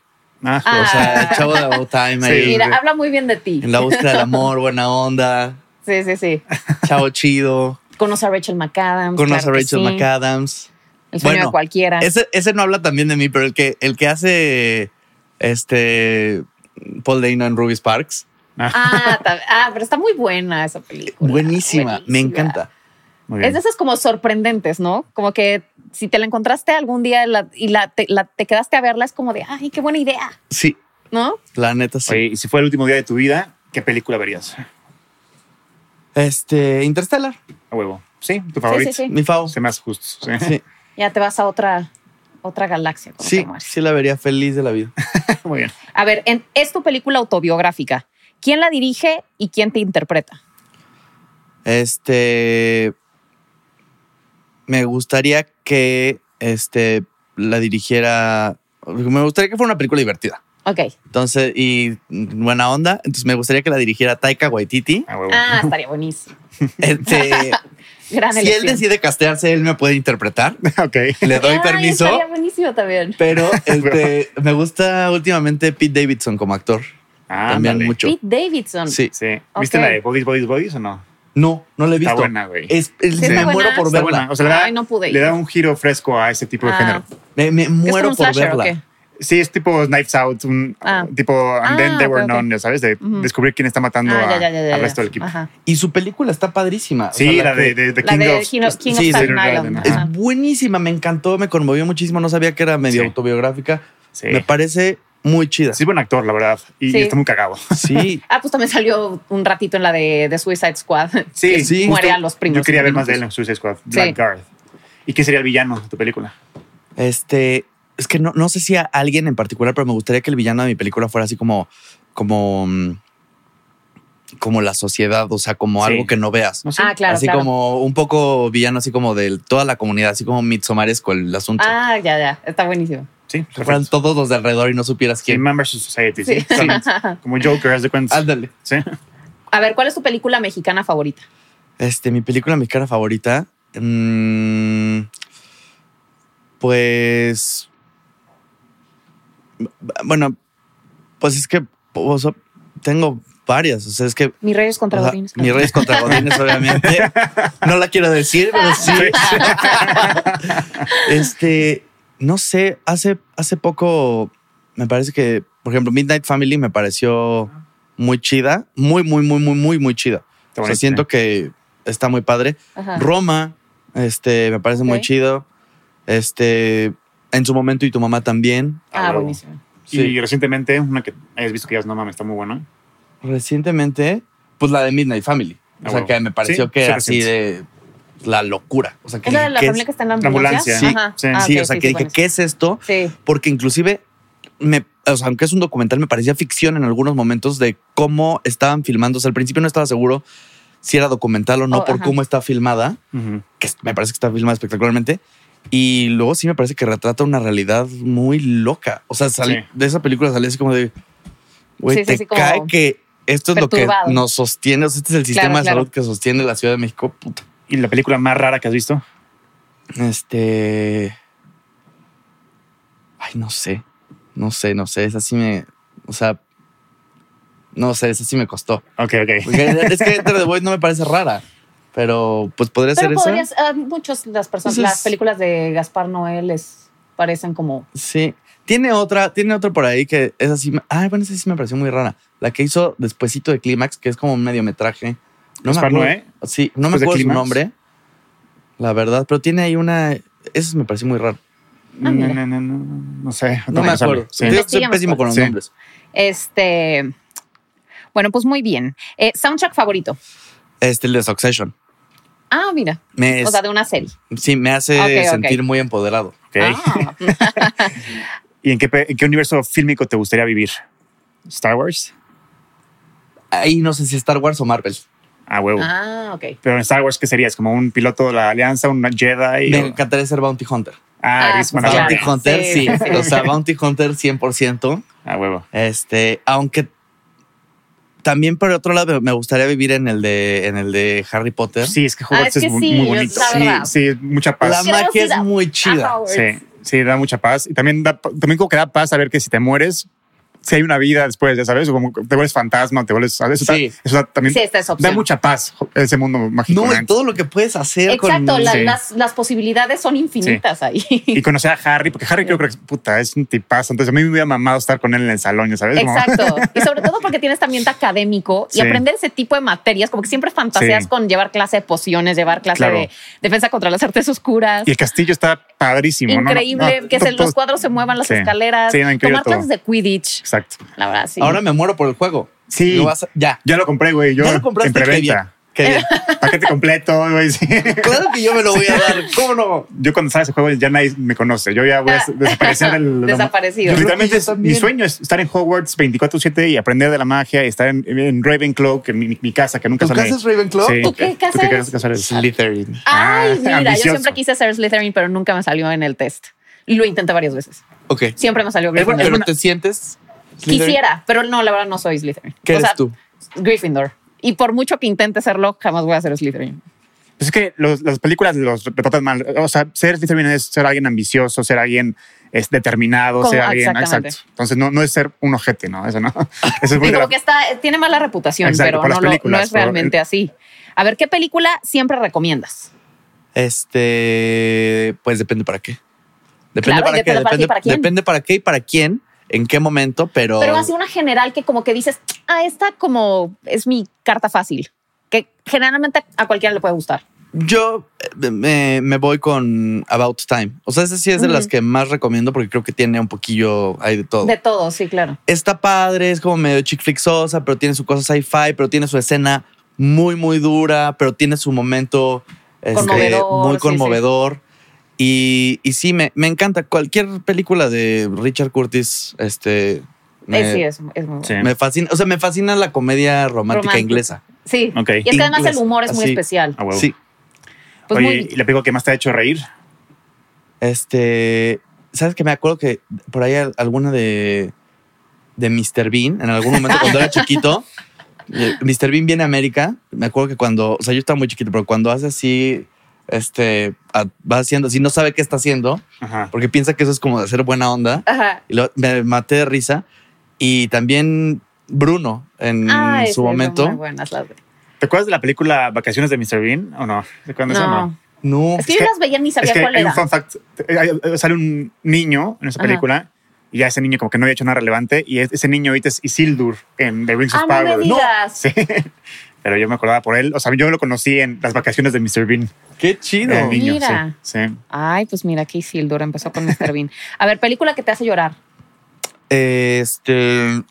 Speaker 1: Ah,
Speaker 3: Ah,
Speaker 2: O sea, el chavo de About Time ahí.
Speaker 1: Sí.
Speaker 3: Mira, habla muy bien de ti.
Speaker 2: En la búsqueda del amor, buena onda,
Speaker 3: Sí, sí, sí.
Speaker 2: chavo chido.
Speaker 3: Conoce a Rachel McAdams.
Speaker 2: Conoce
Speaker 3: claro
Speaker 2: a
Speaker 3: que
Speaker 2: Rachel
Speaker 3: sí.
Speaker 2: McAdams.
Speaker 3: El sueño
Speaker 2: Bueno,
Speaker 3: de cualquiera.
Speaker 2: Ese, ese no habla también de mí, pero el que, el que hace este Paul Dano en Ruby Sparks.
Speaker 3: Ah, ta- ah, pero está muy buena esa película.
Speaker 2: Buenísima, me
Speaker 3: Buenísima.
Speaker 2: encanta.
Speaker 1: muy
Speaker 3: Es
Speaker 1: bien.
Speaker 3: de esas como sorprendentes, ¿no? Como que si te la encontraste algún día la- y la te, la- te quedaste a verla, es como de, ay, qué buena idea,
Speaker 2: Sí,
Speaker 3: ¿no?
Speaker 2: la neta sí.
Speaker 1: Oye, y si fue el último día de tu vida, ¿qué película verías?
Speaker 2: Este, Interstellar,
Speaker 1: A huevo. Sí, tu favorito.
Speaker 3: Sí.
Speaker 2: mi favo.
Speaker 1: Se me hace justo.
Speaker 3: <laughs>
Speaker 1: sí. <laughs>
Speaker 2: Sí,
Speaker 3: Ya te vas a otra, otra galaxia. como
Speaker 2: sí,
Speaker 3: te mueres.
Speaker 2: sí la vería feliz de la vida.
Speaker 1: Muy bien.
Speaker 3: A ver, en- es tu película autobiográfica. ¿Quién la dirige y quién te interpreta?
Speaker 2: Este. Me gustaría que este, la dirigiera. Me gustaría que fuera una película divertida.
Speaker 3: Ok.
Speaker 2: Entonces, y mm, buena onda. Entonces, me gustaría que la dirigiera Taika
Speaker 1: <laughs>
Speaker 2: Waititi.
Speaker 1: A huevo.
Speaker 3: Ah,
Speaker 2: <laughs>
Speaker 3: estaría buenísimo.
Speaker 2: Este,
Speaker 3: Gran
Speaker 2: si él
Speaker 3: elección.
Speaker 2: decide castearse, él me puede interpretar. <laughs>
Speaker 1: Ok.
Speaker 2: Le doy
Speaker 3: Ay,
Speaker 2: permiso.
Speaker 3: Estaría buenísimo también.
Speaker 1: <laughs>
Speaker 2: Pero este, me gusta últimamente Pete Davidson como actor.
Speaker 1: Ah,
Speaker 2: también
Speaker 1: ándale.
Speaker 2: mucho.
Speaker 3: Pete Davidson.
Speaker 2: Sí.
Speaker 1: Sí. ¿Viste
Speaker 3: Ok.
Speaker 1: la de Bodies, Bodies, Bodies o no?
Speaker 2: No, no le he visto.
Speaker 1: Está buena, güey.
Speaker 2: Es, es-
Speaker 3: Sí,
Speaker 2: me
Speaker 3: está buena.
Speaker 2: muero por
Speaker 1: Está
Speaker 2: verla.
Speaker 1: buena. O sea, le da,
Speaker 3: Ay, no pude ir.
Speaker 1: le da un giro fresco a ese tipo de
Speaker 3: Ah.
Speaker 1: género.
Speaker 2: Me, me
Speaker 3: ¿Es como
Speaker 2: muero
Speaker 3: un
Speaker 2: por
Speaker 3: slasher,
Speaker 2: verla.
Speaker 3: ¿o qué?
Speaker 1: Sí, es tipo Knives Out, un
Speaker 3: Ah.
Speaker 1: tipo And
Speaker 3: Ah,
Speaker 1: Then They Were
Speaker 3: ok, ok.
Speaker 1: None, ya sabes, de
Speaker 3: Ujú.
Speaker 1: descubrir quién está matando
Speaker 3: Ah,
Speaker 1: a-
Speaker 3: ya, ya, ya, ya,
Speaker 1: al
Speaker 3: ya.
Speaker 1: resto del equipo.
Speaker 3: Ajá.
Speaker 2: Y su película está padrísima. O sea,
Speaker 1: Sí, la,
Speaker 2: que-
Speaker 1: de, de, de
Speaker 3: La
Speaker 1: King
Speaker 3: de
Speaker 1: of...
Speaker 3: King of, King of
Speaker 2: Sí,
Speaker 3: Staten
Speaker 1: Saturday
Speaker 3: Island.
Speaker 1: Night,
Speaker 2: Es
Speaker 3: Ajá.
Speaker 2: buenísima, me encantó, me conmovió muchísimo. No sabía que era medio
Speaker 1: Sí.
Speaker 2: autobiográfica.
Speaker 1: Sí.
Speaker 2: Me parece muy chida.
Speaker 1: Sí, es buen actor, la verdad. Y, y
Speaker 3: Sí.
Speaker 1: está muy cagado. <laughs>
Speaker 2: Sí.
Speaker 3: Ah, pues también salió un ratito en la de, de Suicide Squad.
Speaker 1: Sí,
Speaker 2: sí.
Speaker 3: Muere
Speaker 1: justo.
Speaker 3: a los primos.
Speaker 1: Yo quería ver más de él en Suicide Squad, Blackguard. ¿Y quién sería el villano de tu película?
Speaker 2: Este, es que no, no sé si a alguien en particular, pero me gustaría que el villano de mi película fuera así como, como, mm, como la sociedad, o sea, como
Speaker 1: Sí.
Speaker 2: algo que no veas.
Speaker 1: No sé.
Speaker 3: Ah, claro,
Speaker 2: así
Speaker 3: claro.
Speaker 2: como un poco villano, así como de toda la comunidad, así como mitsomaresco el asunto.
Speaker 3: Ah, ya, ya. Está buenísimo. <laughs>
Speaker 1: Sí,
Speaker 2: que fueran
Speaker 1: perfecto.
Speaker 2: todos los de alrededor y no supieras
Speaker 1: Sí,
Speaker 2: quién.
Speaker 1: Man vs. Society, sí.
Speaker 3: Sí.
Speaker 1: totalmente. Como Joker, haz de cuentas.
Speaker 2: Ándale.
Speaker 1: Sí.
Speaker 3: A ver, ¿cuál es tu película mexicana favorita?
Speaker 2: Este, mi película mexicana favorita. mm, pues. b- Bueno, pues es que o sea, tengo varias. O sea, es que.
Speaker 3: Mis Reyes contra
Speaker 2: o sea,
Speaker 3: Godines.
Speaker 2: mi Reyes contra Godines, obviamente. No la quiero decir, pero sí. <laughs> Este. No sé, hace, hace poco me parece que, por ejemplo, Midnight Family me pareció muy chida. Muy, muy, muy, muy, muy, muy chida.
Speaker 1: Está
Speaker 2: O sea,
Speaker 1: bonito,
Speaker 2: siento
Speaker 1: ¿eh?
Speaker 2: que está muy padre.
Speaker 3: Ajá.
Speaker 2: Roma, este, me parece muy
Speaker 3: Ok.
Speaker 2: chido. Este, en su momento y tu mamá también.
Speaker 1: Ah,
Speaker 3: Ah,
Speaker 1: huevo.
Speaker 3: buenísimo.
Speaker 1: Y
Speaker 2: Sí.
Speaker 1: recientemente, una que hayas visto que ya es no mames, está muy buena.
Speaker 2: Recientemente, pues la de Midnight Family.
Speaker 1: Ah,
Speaker 2: O sea,
Speaker 1: huevo.
Speaker 2: que me pareció
Speaker 1: Sí,
Speaker 2: que
Speaker 1: sí,
Speaker 2: era así de la locura. O sea, que
Speaker 3: ¿Es la de
Speaker 2: dije,
Speaker 3: la
Speaker 2: ¿qué
Speaker 3: familia que está en la
Speaker 1: La
Speaker 3: ambulancia?
Speaker 1: ambulancia. Sí,
Speaker 3: Ajá.
Speaker 1: sí.
Speaker 3: Ah,
Speaker 2: Sí,
Speaker 3: ok,
Speaker 2: o sea, que dije,
Speaker 3: buenísimo.
Speaker 2: ¿qué es esto?
Speaker 3: Sí.
Speaker 2: Porque inclusive me, o sea, aunque es un documental, me parecía ficción en algunos momentos de cómo estaban filmándose. Al principio no estaba seguro si era documental o no
Speaker 3: Oh,
Speaker 2: por
Speaker 3: ajá.
Speaker 2: cómo está filmada.
Speaker 1: Ujú.
Speaker 2: que es- me parece que está filmada espectacularmente. Y luego sí me parece que retrata una realidad muy loca. O sea, salí-
Speaker 1: Sí.
Speaker 2: de esa película salí así como de, güey,
Speaker 3: Sí, sí,
Speaker 2: te
Speaker 3: sí, como
Speaker 2: cae que esto es lo que
Speaker 3: perturbado.
Speaker 2: nos sostiene. O sea, este es el sistema de
Speaker 3: claro.
Speaker 2: salud que sostiene la Ciudad de México. Puta.
Speaker 1: ¿Y la película más rara que has visto?
Speaker 2: Este. Ay, no sé. No sé, no sé. Esa sí me. O sea. No sé, esa sí me costó.
Speaker 1: Ok, ok.
Speaker 2: Porque es que Enter the Void no me parece rara. Pero pues podría
Speaker 3: Pero
Speaker 2: ser
Speaker 3: podrías,
Speaker 2: esa.
Speaker 3: ah, muchas de las personas,
Speaker 2: Entonces-
Speaker 3: las películas de Gaspar Noé les parecen como
Speaker 2: Sí. Tiene otra, tiene otra por ahí que es así. Ah, bueno, esa sí me pareció muy rara. La que hizo despuesito de Clímax, que es como un mediometraje. No me
Speaker 1: ¿Gaspar
Speaker 2: acuerdo.
Speaker 1: Noé?
Speaker 2: Sí, no me
Speaker 1: ¿eh? ¿Después de
Speaker 2: acuerdo su
Speaker 1: Clímax?
Speaker 2: nombre. La verdad, pero tiene ahí una. Eso me pareció muy raro.
Speaker 1: No,
Speaker 3: mira.
Speaker 1: no, no, no, no sé.
Speaker 2: No me
Speaker 1: sale.
Speaker 2: acuerdo.
Speaker 1: Sí.
Speaker 2: Te digo que soy
Speaker 3: Investiguemos,
Speaker 2: pésimo con los
Speaker 1: pues. Sí.
Speaker 2: nombres.
Speaker 3: este. Bueno, pues muy bien. Eh, soundtrack favorito.
Speaker 2: Este, el de Succession.
Speaker 3: Ah, mira.
Speaker 2: Me
Speaker 3: O sea, de una serie.
Speaker 2: Sí, me hace
Speaker 3: Ok, ok.
Speaker 2: sentir muy empoderado.
Speaker 1: Ok.
Speaker 3: Ah, <laughs>
Speaker 1: ¿Y en qué, pe- en qué universo fílmico te gustaría vivir? ¿Star Wars?
Speaker 2: Ahí no sé si Star Wars o Marvel.
Speaker 1: Ah, huevo.
Speaker 3: ah, ok.
Speaker 1: Pero en Star Wars, ¿qué serías? ¿Como un piloto de la Alianza, un Jedi?
Speaker 2: Me
Speaker 1: O-
Speaker 2: encantaría ser Bounty Hunter.
Speaker 1: Ah, eres
Speaker 3: Ah,
Speaker 1: buena
Speaker 3: claro.
Speaker 2: Bounty
Speaker 1: onda.
Speaker 2: Hunter,
Speaker 3: sí,
Speaker 2: sí.
Speaker 3: sí, sí.
Speaker 2: O sea, Bounty Hunter 100%.
Speaker 1: Ah, huevo.
Speaker 2: Este, aunque también por otro lado me gustaría vivir en el de, en el de Harry Potter.
Speaker 1: Sí, es que Hogwarts
Speaker 3: Ah, es que
Speaker 1: es mu-
Speaker 3: sí,
Speaker 1: muy
Speaker 3: yo-
Speaker 1: bonito.
Speaker 3: la verdad.
Speaker 1: Sí, sí, mucha
Speaker 2: La
Speaker 1: paz.
Speaker 3: Quiero
Speaker 2: magia
Speaker 3: ir
Speaker 2: es
Speaker 3: a-
Speaker 2: muy chida.
Speaker 3: Ah,
Speaker 1: Sí, sí, da mucha paz. Y también, da, también como que da paz saber que si te mueres, si hay una vida después, ya sabes, o como que te vuelves fantasma, te vuelves... ¿sabes? Eso,
Speaker 2: Sí.
Speaker 1: da- eso da- también
Speaker 3: Sí, esta es
Speaker 1: da
Speaker 3: opción.
Speaker 1: mucha paz ese mundo mágico.
Speaker 2: No, y
Speaker 1: la neta.
Speaker 2: todo lo que puedes hacer
Speaker 3: Exacto,
Speaker 2: con
Speaker 3: la-
Speaker 1: Sí.
Speaker 3: las, las posibilidades son infinitas
Speaker 1: y
Speaker 3: <laughs> ahí.
Speaker 1: conocer a Harry, porque Harry creo que puta, es un tipazo. Entonces a mí me hubiera mamado estar con él en el salón, ya sabes. Como-
Speaker 3: Exacto. Y sobre todo porque tienes también académico y
Speaker 1: Sí.
Speaker 3: aprender ese tipo de materias, como que siempre fantaseas
Speaker 1: Sí.
Speaker 3: con llevar clase de pociones, llevar clase
Speaker 1: Claro.
Speaker 3: de defensa contra las artes oscuras.
Speaker 1: Y el castillo está padrísimo. ¿no? No,
Speaker 3: Increíble
Speaker 1: no,
Speaker 3: que
Speaker 1: to-
Speaker 3: se- los
Speaker 1: todo-
Speaker 3: cuadros se muevan, las
Speaker 1: Sí.
Speaker 3: escaleras,
Speaker 1: Sí, no, increíble
Speaker 3: tomar
Speaker 1: todo.
Speaker 3: clases de Quidditch.
Speaker 1: Exacto.
Speaker 3: La verdad, sí.
Speaker 2: Ahora me muero por el juego.
Speaker 1: Sí.
Speaker 2: Lo vas a- ya.
Speaker 1: Ya lo compré, güey. Yo
Speaker 2: ya lo compraste.
Speaker 1: en
Speaker 2: Qué bien.
Speaker 1: preventa.
Speaker 2: Qué
Speaker 3: <laughs>
Speaker 2: bien.
Speaker 1: Paquete completo, güey. sí.
Speaker 2: <laughs> Claro que yo me lo voy a dar. ¿Cómo
Speaker 1: <laughs>
Speaker 2: no?
Speaker 1: Yo cuando salga ese juego ya nadie me conoce. Yo ya voy a <laughs> desaparecer del...
Speaker 3: Ah. Desaparecido.
Speaker 1: Yo literalmente
Speaker 2: Yo también.
Speaker 1: mi sueño es estar en Hogwarts 24-7 y aprender de la magia y estar en, en Ravenclaw, que es mi, mi casa, que nunca
Speaker 2: ¿Tu
Speaker 1: sale.
Speaker 2: casa es Ravenclaw?
Speaker 1: Sí.
Speaker 3: ¿Tú qué casa eres?
Speaker 2: Slytherin.
Speaker 1: <laughs> Ah,
Speaker 3: Ay, mira,
Speaker 1: ambicioso.
Speaker 3: yo siempre quise ser Slytherin, pero nunca me salió en el test. Lo intenté varias veces.
Speaker 2: Ok.
Speaker 3: Siempre me salió
Speaker 2: Pero
Speaker 3: Gryffindor.
Speaker 2: te sientes. Slytherin?
Speaker 3: Quisiera, pero no, la verdad no soy Slytherin.
Speaker 2: ¿Qué
Speaker 3: O
Speaker 2: eres
Speaker 3: sea,
Speaker 2: tú?
Speaker 3: Gryffindor. Y por mucho que intente serlo, jamás voy a ser Slytherin.
Speaker 1: Pues es que los- las películas los retratan mal. O sea, ser Slytherin es ser alguien ambicioso, ser alguien es determinado,
Speaker 3: Como-
Speaker 1: ser alguien.
Speaker 3: exactamente.
Speaker 1: Exacto. Entonces, no, no es ser un ojete, ¿no? Eso no. <laughs> Eso es muy
Speaker 3: Y
Speaker 1: de la-
Speaker 3: como que está, tiene mala reputación,
Speaker 1: Exacto,
Speaker 3: pero
Speaker 1: por las
Speaker 3: no, lo-
Speaker 1: películas,
Speaker 3: no es
Speaker 1: por-
Speaker 3: realmente así. A ver, ¿qué película siempre recomiendas?
Speaker 2: Este, pues depende para qué. Depende
Speaker 3: Claro,
Speaker 2: para
Speaker 3: y
Speaker 2: qué,
Speaker 3: depende para qué y
Speaker 2: depende,
Speaker 3: para quién.
Speaker 2: depende para qué y para quién, en qué momento, pero,
Speaker 3: Pero así una general que como que dices, ah, esta como es mi carta fácil, que generalmente a cualquiera le puede gustar.
Speaker 2: yo eh, me, me voy con About Time. O sea, esa sí es de
Speaker 3: Ujú.
Speaker 2: las que más recomiendo porque creo que tiene un poquillo ahí de todo.
Speaker 3: De todo, sí, claro.
Speaker 2: Está padre, es como medio chick flixosa, pero tiene su cosa sci-fi, pero tiene su escena muy, muy dura, pero tiene su momento este,
Speaker 3: Conmovedor,
Speaker 2: muy
Speaker 3: sí,
Speaker 2: conmovedor. Y, y sí, me, me encanta. Cualquier película de Richard Curtis, este. Me,
Speaker 3: Eh, sí, es, es muy bueno.
Speaker 1: Sí.
Speaker 2: me fascina. O sea, me fascina la comedia romántica
Speaker 3: Romántica.
Speaker 2: inglesa.
Speaker 3: Sí.
Speaker 1: Ok.
Speaker 3: Y es que además el
Speaker 2: Inglés,
Speaker 3: humor es muy
Speaker 2: así.
Speaker 3: especial.
Speaker 1: Ah, huevo.
Speaker 2: Sí.
Speaker 3: Pues
Speaker 1: Oye,
Speaker 3: muy
Speaker 1: ¿y la película que más te ha hecho reír?
Speaker 2: Este. ¿Sabes que Me acuerdo que por ahí al- alguna de. De Mr. Bean, en algún momento cuando era
Speaker 3: <laughs>
Speaker 2: chiquito. eh, Mr. Bean viene a América. Me acuerdo que cuando. O sea, yo estaba muy chiquito, pero cuando hace así. Este. a- va haciendo así, no sabe qué está haciendo,
Speaker 1: Ajá.
Speaker 2: porque piensa que eso es como de hacer buena onda.
Speaker 3: Ajá.
Speaker 2: Y lo- me maté de risa. Y también Bruno en
Speaker 3: Ah, esas
Speaker 2: su
Speaker 3: son muy
Speaker 2: momento.
Speaker 3: buenas las de-
Speaker 1: ¿Te acuerdas de la película Vacaciones de Mr. Bean o no? ¿De cuándo es o
Speaker 3: No.
Speaker 2: No.
Speaker 3: Es que
Speaker 1: Es
Speaker 3: yo
Speaker 1: que-
Speaker 3: las veía ni
Speaker 1: Es
Speaker 3: sabía
Speaker 1: que
Speaker 3: cuál
Speaker 1: hay
Speaker 3: era.
Speaker 1: un fun fact. Eh, hay- eh, Sale un niño en esa
Speaker 3: Ajá.
Speaker 1: película y ya ese niño como que no había hecho nada relevante y es- ese niño ahorita es Isildur en The Rings
Speaker 3: Ah,
Speaker 1: of
Speaker 3: no
Speaker 1: Power.
Speaker 3: me digas.
Speaker 1: <laughs> Sí. Pero yo me acordaba por él. O sea, yo lo conocí en las vacaciones de Mr. Bean.
Speaker 2: Qué chido.
Speaker 1: Era el niño.
Speaker 3: Mira.
Speaker 1: Sí. <laughs> sí.
Speaker 3: Ay, pues mira, que Isildur empezó con Mr. Bean. A ver, película que te hace llorar.
Speaker 2: Este.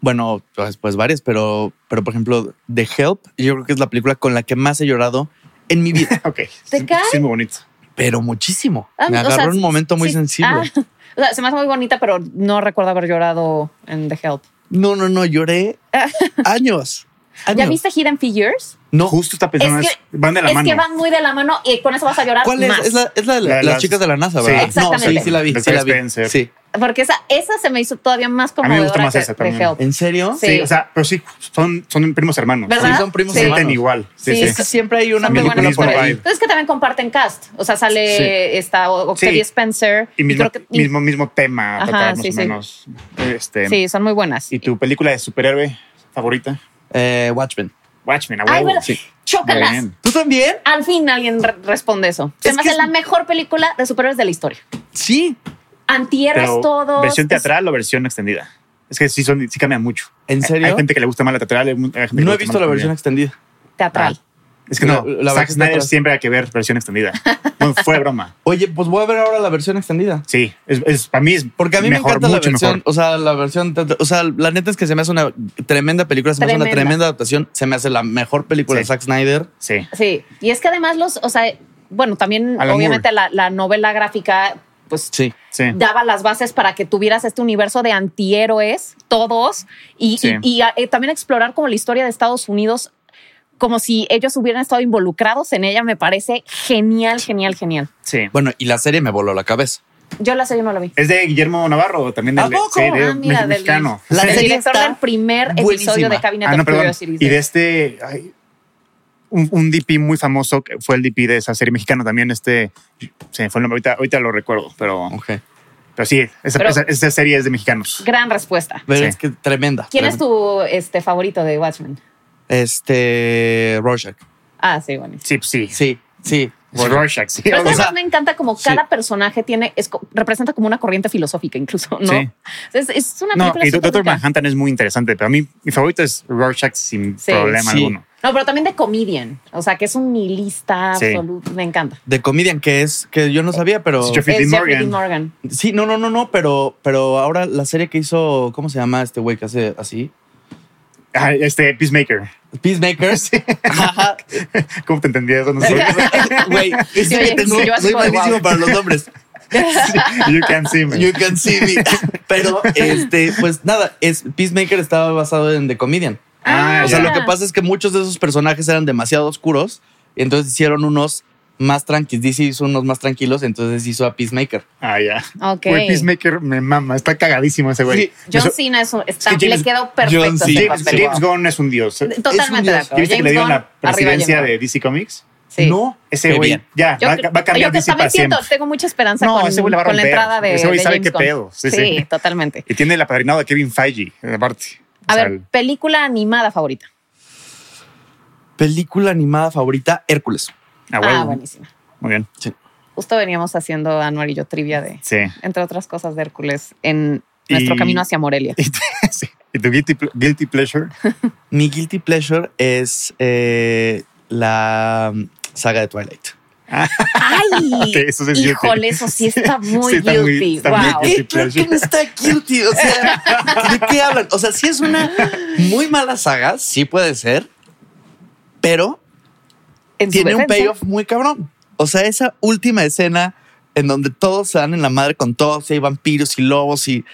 Speaker 2: Bueno, pues, pues varias, pero, pero por ejemplo, The Help, yo creo que es la película con la que más he llorado en mi
Speaker 3: <laughs>
Speaker 2: vida,
Speaker 1: Ok.
Speaker 3: ¿Te
Speaker 1: sí,
Speaker 3: cae?
Speaker 1: sí, muy bonito.
Speaker 2: pero muchísimo.
Speaker 3: Ah,
Speaker 2: Me
Speaker 3: o sea,
Speaker 2: agarró en un momento muy
Speaker 3: sí.
Speaker 2: sensible.
Speaker 3: Ah, <laughs> o sea, se me hace muy bonita, pero no recuerdo haber llorado en The Help.
Speaker 2: No, no, no,
Speaker 3: <laughs>
Speaker 2: lloré años.
Speaker 3: ¿Ya
Speaker 2: años.
Speaker 3: viste Hidden Figures?
Speaker 2: No,
Speaker 1: Justo está pensando
Speaker 3: Es
Speaker 1: eso. Van Ah, de la
Speaker 3: es
Speaker 1: mano.
Speaker 3: que van muy de la mano y con eso vas a llorar
Speaker 2: ¿cuál es?
Speaker 3: más.
Speaker 2: Es la, es la de
Speaker 1: La de
Speaker 2: las,
Speaker 1: las-
Speaker 2: chicas de la NASA,
Speaker 1: Sí.
Speaker 2: ¿verdad? No, sí,
Speaker 3: Exactamente.
Speaker 2: sí la vi,
Speaker 1: De
Speaker 2: sí la
Speaker 1: Phil
Speaker 2: vi.
Speaker 1: Spencer.
Speaker 2: Sí.
Speaker 3: Porque esa, esa se me hizo todavía más
Speaker 1: A mí me
Speaker 3: conmovedora
Speaker 1: gusta más
Speaker 3: que
Speaker 1: esa
Speaker 3: The
Speaker 1: también.
Speaker 3: Help.
Speaker 2: ¿En serio?
Speaker 1: Sí,
Speaker 3: Sí.
Speaker 1: o sea, pero sí, son, son primos hermanos.
Speaker 3: ¿Verdad?
Speaker 2: Sí, son primos
Speaker 1: Se sienten
Speaker 2: hermanos.
Speaker 1: igual. Sí,
Speaker 3: Sí,
Speaker 1: sí.
Speaker 2: Es que siempre hay una
Speaker 3: Son muy
Speaker 1: Mismo-
Speaker 2: película
Speaker 3: buenas
Speaker 1: mismo
Speaker 2: por
Speaker 3: por ahí.
Speaker 2: ahí.
Speaker 1: vibe.
Speaker 3: Entonces que también comparten cast. O sea, sale
Speaker 1: Sí.
Speaker 3: esta O- Octavia
Speaker 1: Sí.
Speaker 3: Spencer.
Speaker 1: Y mismo,
Speaker 3: creo que- y-
Speaker 1: mismo, mismo tema,
Speaker 3: Ajá,
Speaker 1: tratar
Speaker 3: sí,
Speaker 1: más
Speaker 3: sí.
Speaker 1: o menos. Este,
Speaker 3: Sí, son muy buenas.
Speaker 1: ¿Y tu película de superhéroe favorita?
Speaker 2: Eh, Watchmen.
Speaker 1: Watchmen, a
Speaker 3: Ay,
Speaker 1: huevo.
Speaker 3: bueno,
Speaker 1: Sí.
Speaker 3: chócalas.
Speaker 1: Muy bien.
Speaker 2: ¿Tú también?
Speaker 3: Al fin alguien re- responde eso. Se
Speaker 2: Es
Speaker 3: me
Speaker 2: que
Speaker 3: hace
Speaker 2: es-
Speaker 3: la mejor película de superhéroes de la historia.
Speaker 2: Sí.
Speaker 3: Antieres
Speaker 1: Pero,
Speaker 3: todos. pues
Speaker 1: ¿Versión
Speaker 3: es-
Speaker 1: teatral o versión extendida? Es que sí, son, sí cambian mucho.
Speaker 2: ¿En
Speaker 1: Hay-
Speaker 2: serio?
Speaker 1: Hay gente que le gusta más la teatral. hay mu- hay gente que le
Speaker 2: No he
Speaker 1: gusta
Speaker 2: visto
Speaker 1: más
Speaker 2: la versión
Speaker 1: extendida.
Speaker 2: extendida.
Speaker 3: Teatral.
Speaker 1: Es que
Speaker 2: La-
Speaker 1: no,
Speaker 2: la
Speaker 1: Zack
Speaker 2: versión
Speaker 1: Snyder
Speaker 2: atrás.
Speaker 1: siempre hay que ver
Speaker 2: <laughs>
Speaker 1: versión extendida. No, fue broma.
Speaker 2: Oye, pues voy a ver ahora la versión extendida.
Speaker 1: Sí, es, es- para mí es
Speaker 2: Porque a mí
Speaker 1: mejor,
Speaker 2: me encanta la
Speaker 1: mucho
Speaker 2: versión,
Speaker 1: mejor.
Speaker 2: o sea, la versión, o sea, la neta es que se me hace una tremenda película, se me hace una
Speaker 3: Tremenda.
Speaker 2: tremenda adaptación, se me hace la mejor película
Speaker 1: Sí.
Speaker 2: de Zack Snyder.
Speaker 1: Sí.
Speaker 3: Sí, y es que además los, o sea, bueno, también
Speaker 1: Alan
Speaker 3: obviamente la, la novela gráfica, pues
Speaker 2: Sí.
Speaker 1: Sí.
Speaker 3: daba las bases para que tuvieras este universo de antihéroes, todos, y,
Speaker 1: Sí.
Speaker 3: y- y, eh, también explorar como la historia de Estados Unidos, como si ellos hubieran estado involucrados en ella, me parece genial, genial, genial.
Speaker 1: Sí.
Speaker 2: Bueno, y la serie me voló la cabeza.
Speaker 3: Yo la serie no la vi.
Speaker 1: Es de Guillermo Navarro, también
Speaker 2: ¿A
Speaker 1: del
Speaker 2: poco?
Speaker 1: sí, de-
Speaker 3: Ah, mira, del-
Speaker 1: mexicano.
Speaker 2: La
Speaker 3: el
Speaker 2: serie
Speaker 3: director
Speaker 2: está
Speaker 3: del primer episodio
Speaker 2: buenísima.
Speaker 3: de Cabinet
Speaker 1: Ah,
Speaker 3: of
Speaker 1: no, perdón.
Speaker 3: Curiosities.
Speaker 1: Y de este. ay, un, un DP muy famoso que fue el DP de esa serie mexicana también. Este se me fue el nombre. Ahorita, ahorita lo recuerdo, pero,
Speaker 2: Ok.
Speaker 1: pero sí, esa,
Speaker 3: Pero-
Speaker 1: esa- esa serie es de mexicanos.
Speaker 3: Gran respuesta.
Speaker 2: Pero
Speaker 1: Sí.
Speaker 2: es que tremenda.
Speaker 3: ¿Quién es tu este, favorito de Watchmen?
Speaker 2: Este Rorschach.
Speaker 3: Ah, sí, bueno.
Speaker 1: Sí, pues sí.
Speaker 2: Sí, sí.
Speaker 1: Es Rorschach, sí.
Speaker 3: Pero es que
Speaker 1: o sea,
Speaker 3: además me encanta como
Speaker 2: sí.
Speaker 3: cada personaje tiene, es co- representa como una corriente filosófica incluso, ¿no?
Speaker 1: Sí.
Speaker 3: Es, es una
Speaker 1: no,
Speaker 3: película
Speaker 1: y
Speaker 3: súper
Speaker 1: Doctor
Speaker 3: rica.
Speaker 1: Manhattan es muy interesante, pero a mí mi favorito es Rorschach sin
Speaker 3: Sí.
Speaker 1: problema
Speaker 2: Sí.
Speaker 1: alguno.
Speaker 3: No, pero también de comedian. O sea, que es un nihilista
Speaker 1: Sí.
Speaker 3: absoluto. Me encanta.
Speaker 2: De Comedian, que es, que yo no sabía, pero.
Speaker 1: Sí, Jeffrey Dean
Speaker 3: Es Jeffrey Dean
Speaker 1: Morgan.
Speaker 3: Morgan.
Speaker 2: Sí, no, no, no, no, pero, pero ahora la serie que hizo, ¿cómo se llama este güey que hace así?
Speaker 1: Ah, este Peacemaker.
Speaker 2: Peacemakers.
Speaker 3: <laughs>
Speaker 2: Ajá.
Speaker 1: ¿Cómo te entendí eso? No sé.
Speaker 2: Güey, es
Speaker 3: Sí,
Speaker 2: que
Speaker 3: oye,
Speaker 2: tengo-
Speaker 3: sí, yo así
Speaker 2: soy
Speaker 3: como de,
Speaker 2: malísimo
Speaker 3: wow.
Speaker 2: para los nombres.
Speaker 1: You can see me.
Speaker 2: You can see me. Pero, este, pues nada, es, Peacemaker estaba basado en The Comedian.
Speaker 1: Ah,
Speaker 2: O sea,
Speaker 1: ya.
Speaker 2: lo que pasa es que muchos de esos personajes eran demasiado oscuros, y entonces hicieron unos más tranquilos. DC hizo unos más tranquilos, entonces hizo a Peacemaker.
Speaker 1: Ah, ya.
Speaker 3: Ok.
Speaker 1: Güey, Peacemaker me mama. Está cagadísimo ese güey.
Speaker 2: Sí,
Speaker 3: John
Speaker 1: Eso-
Speaker 3: Cena es un, está-
Speaker 1: Es que
Speaker 3: le
Speaker 1: James-
Speaker 3: quedó perfecto.
Speaker 2: John
Speaker 3: ese
Speaker 2: Cena.
Speaker 1: James,
Speaker 3: papel.
Speaker 1: James Gunn es un dios. ¿Ya
Speaker 3: Totalmente de
Speaker 2: dios.
Speaker 3: acuerdo.
Speaker 1: viste que le dieron
Speaker 3: James
Speaker 1: la
Speaker 3: Gunn, arriba
Speaker 1: presidencia
Speaker 3: James
Speaker 1: de
Speaker 3: Gunn.
Speaker 1: DC Comics?
Speaker 3: Sí.
Speaker 2: No,
Speaker 1: Ese
Speaker 2: Qué
Speaker 1: güey
Speaker 2: bien.
Speaker 1: ya
Speaker 3: Yo,
Speaker 1: va,
Speaker 3: creo-
Speaker 1: va a cambiar
Speaker 3: yo que
Speaker 1: DC para
Speaker 3: también siento,
Speaker 1: siempre.
Speaker 3: tengo mucha esperanza
Speaker 1: No,
Speaker 3: con,
Speaker 1: ese güey la va a
Speaker 3: con la
Speaker 1: romper.
Speaker 3: entrada de,
Speaker 1: Ese güey
Speaker 3: de
Speaker 1: sabe
Speaker 3: James
Speaker 1: qué
Speaker 3: Gunn.
Speaker 1: pedo. Sí,
Speaker 3: Sí,
Speaker 1: sí.
Speaker 3: totalmente.
Speaker 1: Y tiene el apadrinado de Kevin Feige, aparte.
Speaker 3: A
Speaker 1: O sea,
Speaker 3: ver,
Speaker 1: el-
Speaker 3: película animada favorita.
Speaker 2: Película animada favorita, Hércules.
Speaker 1: a
Speaker 3: Ah,
Speaker 1: huevo.
Speaker 3: buenísima.
Speaker 1: Muy bien.
Speaker 3: Justo veníamos haciendo Anuar y yo trivia de,
Speaker 1: Sí. <laughs>
Speaker 3: entre otras cosas, de Hércules en
Speaker 1: Y-
Speaker 3: nuestro camino
Speaker 1: <laughs>
Speaker 3: hacia Morelia.
Speaker 1: Sí. ¿Y tu guilty, pl-
Speaker 2: <laughs>
Speaker 1: guilty pleasure?
Speaker 2: Mi guilty pleasure es eh, la mm, saga de Twilight.
Speaker 3: ¡Ay! <laughs>
Speaker 1: Ok, eso sí es guilty.
Speaker 3: Híjole, eso sí está muy
Speaker 1: Sí, está muy-
Speaker 3: guilty.
Speaker 1: está
Speaker 3: wow.
Speaker 1: muy guilty.
Speaker 2: ¿Qué? Claro que no está guilty. O
Speaker 1: <laughs>
Speaker 2: sea, ¿de qué hablan? O sea, sí es una muy mala saga, sí puede ser, pero
Speaker 3: En su
Speaker 2: tiene un
Speaker 3: defensa.
Speaker 2: payoff muy cabrón. O sea, esa última escena en donde todos se dan en la madre con todos, y hay vampiros y lobos y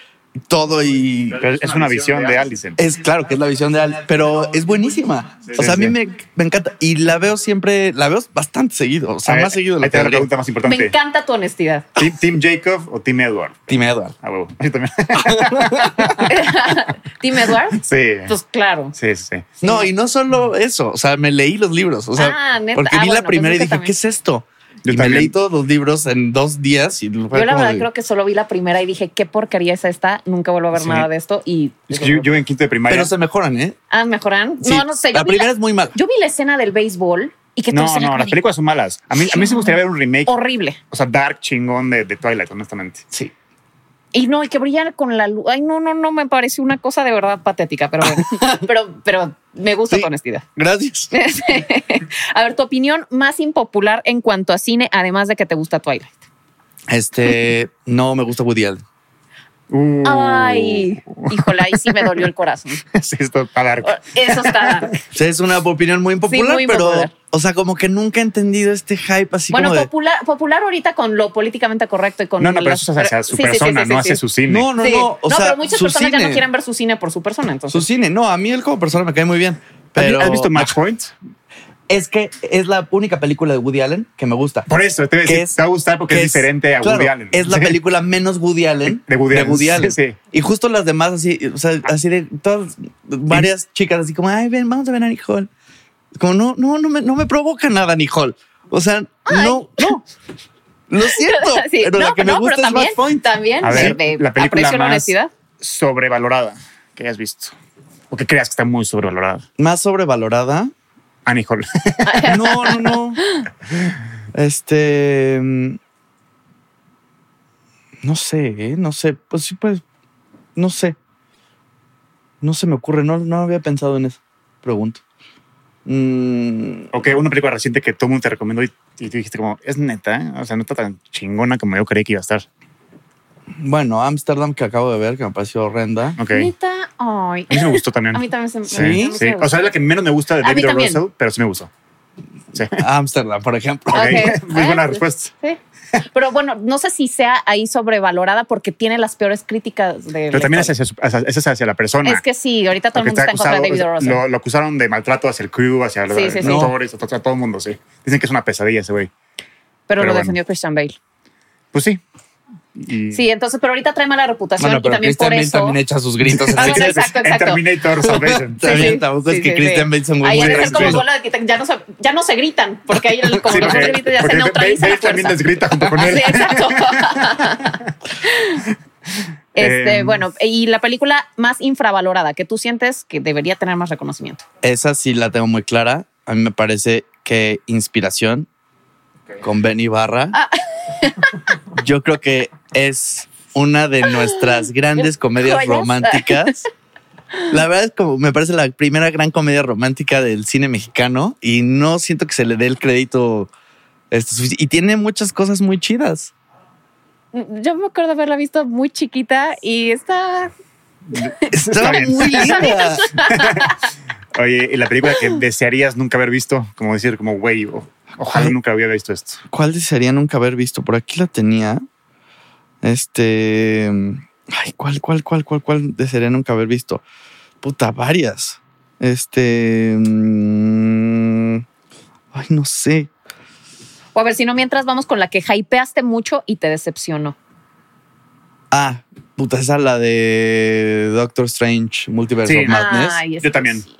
Speaker 2: todo y...
Speaker 1: Pero es una visión de Allison.
Speaker 2: Es claro que es la visión de Al, pero es buenísima. O sea, a mí me, me encanta y la veo siempre, la veo bastante seguido. O sea,
Speaker 1: A ver,
Speaker 2: Eh, más seguido de lo
Speaker 1: Ah, Ahí te
Speaker 2: que
Speaker 1: da la
Speaker 2: debería.
Speaker 1: pregunta más
Speaker 3: Me
Speaker 1: importante.
Speaker 3: encanta tu honestidad.
Speaker 1: ¿Team, team Jacob o Team Edward?
Speaker 2: Dime, Eduardo.
Speaker 1: A huevo. <laughs> Yo también.
Speaker 3: Dime, Edward.
Speaker 1: <laughs> Sí.
Speaker 3: Pues claro.
Speaker 1: Sí, sí, sí.
Speaker 2: No, y no solo eso, o sea, me leí los libros, o sea,
Speaker 3: Ah, neta.
Speaker 2: porque
Speaker 3: Ah,
Speaker 2: vi
Speaker 3: bueno,
Speaker 2: la
Speaker 3: pues
Speaker 2: primera
Speaker 3: es
Speaker 2: y
Speaker 3: que
Speaker 2: dije,
Speaker 3: también.
Speaker 2: ¿qué es esto?
Speaker 1: Yo
Speaker 2: y me
Speaker 1: también.
Speaker 2: leí todos los libros en dos días y
Speaker 3: Yo la verdad creo que solo vi la primera y dije, qué porquería es esta, nunca vuelvo a ver
Speaker 1: Sí.
Speaker 3: nada de esto y...
Speaker 1: Es
Speaker 3: "Pues,
Speaker 1: que yo, yo en quinto de primaria.
Speaker 2: Pero se mejoran, ¿eh?
Speaker 3: Ah, mejoran.
Speaker 2: Sí,
Speaker 3: No, no sé. Yo
Speaker 2: La
Speaker 3: vi
Speaker 2: primera
Speaker 3: la,
Speaker 2: es muy mala.
Speaker 3: yo vi la escena del béisbol y que todo
Speaker 1: no, no, las películas son malas. A mí, a mí sí me gustaría ver un remake,
Speaker 3: Horrible.
Speaker 1: o sea, dark chingón de, de Twilight, honestamente.
Speaker 2: Sí.
Speaker 3: Y no, y que brillan con la luz. Ay, no, no, no, me pareció una cosa de verdad patética, pero
Speaker 1: <laughs>
Speaker 3: bueno. pero, pero me gusta
Speaker 2: Sí.
Speaker 3: tu honestidad.
Speaker 2: Gracias.
Speaker 3: a ver, tu opinión más impopular en cuanto a cine, además de que te gusta Twilight.
Speaker 2: Este, no me gusta Woody Allen.
Speaker 1: Uh.
Speaker 3: Ay, Ah, híjole, ahí sí me dolió el corazón.
Speaker 1: <laughs> sí, esto está dark.
Speaker 3: Eso está.
Speaker 2: O sea, es una opinión muy impopular,
Speaker 3: muy
Speaker 2: pero,
Speaker 3: impopular.
Speaker 2: o sea, como que nunca he entendido este hype así
Speaker 3: bueno,
Speaker 2: como de.
Speaker 3: popular, popular ahorita con lo políticamente correcto y con.
Speaker 1: No, no, pero
Speaker 3: las-
Speaker 1: eso es hacia su
Speaker 3: Sí, sí, sí,
Speaker 1: persona,
Speaker 3: sí,
Speaker 1: no
Speaker 3: sí.
Speaker 1: hacia su cine.
Speaker 2: No, no,
Speaker 3: Sí.
Speaker 2: no. O sea,
Speaker 3: pero muchas
Speaker 2: su
Speaker 3: personas
Speaker 2: cine,
Speaker 3: ya no quieren ver su cine por su persona, entonces.
Speaker 2: Su cine, no, a mí él como persona me cae muy bien. Pero
Speaker 1: ¿Has visto Match Point?
Speaker 2: Es que es la única película de Woody Allen que me gusta.
Speaker 1: Por eso, te, voy a
Speaker 2: que
Speaker 1: decir,
Speaker 2: es-
Speaker 1: te va a gustar porque
Speaker 2: que
Speaker 1: es, diferente a
Speaker 2: claro,
Speaker 1: Woody Allen.
Speaker 2: Es la
Speaker 1: Sí.
Speaker 2: película menos Woody Allen
Speaker 1: De Woody Allen, sí, sí.
Speaker 2: Y justo las demás, así, o sea, así de todas, varias chicas, así como, ay, ven, vamos a ver a Nicole. Como, no, no, no me, no me provoca nada, Nicole. O sea, no, no. Lo siento.
Speaker 3: <laughs> Sí,
Speaker 2: pero la
Speaker 3: no,
Speaker 2: que me
Speaker 3: no,
Speaker 2: gusta
Speaker 3: pero
Speaker 2: es
Speaker 3: también,
Speaker 2: Match Point.
Speaker 3: también
Speaker 1: A ver,
Speaker 3: me- me
Speaker 1: la película
Speaker 3: aprecio la
Speaker 1: más-
Speaker 3: honestidad.
Speaker 1: sobrevalorada que has visto. O que creas que está muy sobrevalorada.
Speaker 2: Más sobrevalorada.
Speaker 1: Annie Hall. <laughs>
Speaker 2: No, no,
Speaker 3: <laughs>
Speaker 2: no. Este. mm, No sé, ¿eh? no sé. Pues sí, pues. No sé. No se me ocurre. No, no había pensado en eso. Pregunto. mm,
Speaker 1: O que una película reciente que todo mundo te recomendó y, y tú dijiste como, es neta, o sea, no está tan chingona como yo creí que iba a estar.
Speaker 2: bueno, Amsterdam que acabo de ver, que me pareció horrenda.
Speaker 1: Ok.
Speaker 3: Neta, ay.
Speaker 1: A mí sí me
Speaker 3: <laughs>
Speaker 1: gustó también.
Speaker 3: A mí también se me
Speaker 1: Sí,
Speaker 3: me
Speaker 1: sí.
Speaker 3: gusta.
Speaker 1: O sea, es la que menos me gusta de
Speaker 3: A mí
Speaker 1: David O.
Speaker 3: también.
Speaker 1: Russell, pero sí me gustó.
Speaker 3: <laughs>
Speaker 1: Sí.
Speaker 2: Amsterdam, por ejemplo.
Speaker 1: Ok. <laughs>
Speaker 3: Ok. Ah, pues.
Speaker 1: Muy buena respuesta.
Speaker 3: Sí. Pero bueno, no sé si sea ahí sobrevalorada porque tiene las peores críticas de.
Speaker 1: Pero
Speaker 3: la
Speaker 1: también es
Speaker 3: historia.
Speaker 1: hacia, su- hacia- es hacia la persona.
Speaker 3: Es que sí, ahorita todo el
Speaker 1: Porque está
Speaker 3: mundo está en contra de David O.
Speaker 1: acusado,
Speaker 3: Russell.
Speaker 1: lo, lo acusaron de maltrato hacia el crew, hacia los
Speaker 3: Sí, sí,
Speaker 2: sí.
Speaker 1: actores, hacia todo el mundo, sí. Dicen que es una pesadilla ese güey.
Speaker 3: pero,
Speaker 1: pero
Speaker 3: lo
Speaker 1: bueno.
Speaker 3: defendió Christian Bale.
Speaker 1: Pues sí. Y-
Speaker 3: Sí, entonces, pero ahorita trae mala reputación
Speaker 2: Bueno,
Speaker 3: y
Speaker 2: pero
Speaker 3: también
Speaker 2: Christian
Speaker 3: por
Speaker 2: Bale
Speaker 3: eso.
Speaker 2: también echa sus gritos.
Speaker 3: Ah,
Speaker 2: así.
Speaker 3: bueno, exacto,
Speaker 1: en
Speaker 3: exacto. <laughs>
Speaker 1: Terminator Salvation.
Speaker 2: Está bien, tampoco es que Christian Bale sea un güey
Speaker 3: Ahí
Speaker 2: muy
Speaker 3: ha de ser como
Speaker 2: tranquilo.
Speaker 3: bola de que ya no, se, ya no se gritan, porque ahí el- como
Speaker 1: Sí,
Speaker 3: no se gritan ya se
Speaker 1: porque Bale-
Speaker 3: neutraliza
Speaker 1: Bale
Speaker 3: la
Speaker 1: también
Speaker 3: fuerza.
Speaker 1: desgrita junto con
Speaker 3: Ah,
Speaker 1: él.
Speaker 3: sí, <laughs> exacto. este,
Speaker 1: Em.
Speaker 3: bueno, y la película más infravalorada que tú sientes que debería tener más reconocimiento.
Speaker 2: Esa sí la tengo muy clara. A mí me parece que Inspiración con Benny Barra. Yo creo que es una de nuestras grandes comedias
Speaker 3: joyas.
Speaker 2: románticas. La verdad es como me parece la primera gran comedia romántica del cine mexicano y no siento que se le dé el crédito. este, sufici- y tiene muchas cosas muy chidas.
Speaker 3: Mm, Yo me acuerdo haberla visto muy chiquita y está.
Speaker 2: Está
Speaker 1: bien.
Speaker 2: muy linda.
Speaker 1: Oye, y la película que desearías nunca haber visto, como decir, como, güey, o- ojalá
Speaker 2: Ay.
Speaker 1: nunca hubiera visto esto.
Speaker 2: ¿Cuál desearía nunca haber visto? Por aquí la tenía. Este. Ay, ¿cuál, cuál, cuál, cuál, cuál desearía nunca haber visto? Puta, varias. Este. mm, ay, no sé.
Speaker 3: O a ver, si no, mientras vamos con la que hypeaste mucho y te decepcionó.
Speaker 2: Ah, puta, esa la de Doctor Strange, Multiverse
Speaker 1: Sí.
Speaker 2: of Madness.
Speaker 3: Ay, es
Speaker 1: Yo
Speaker 3: que
Speaker 1: también.
Speaker 3: Sí,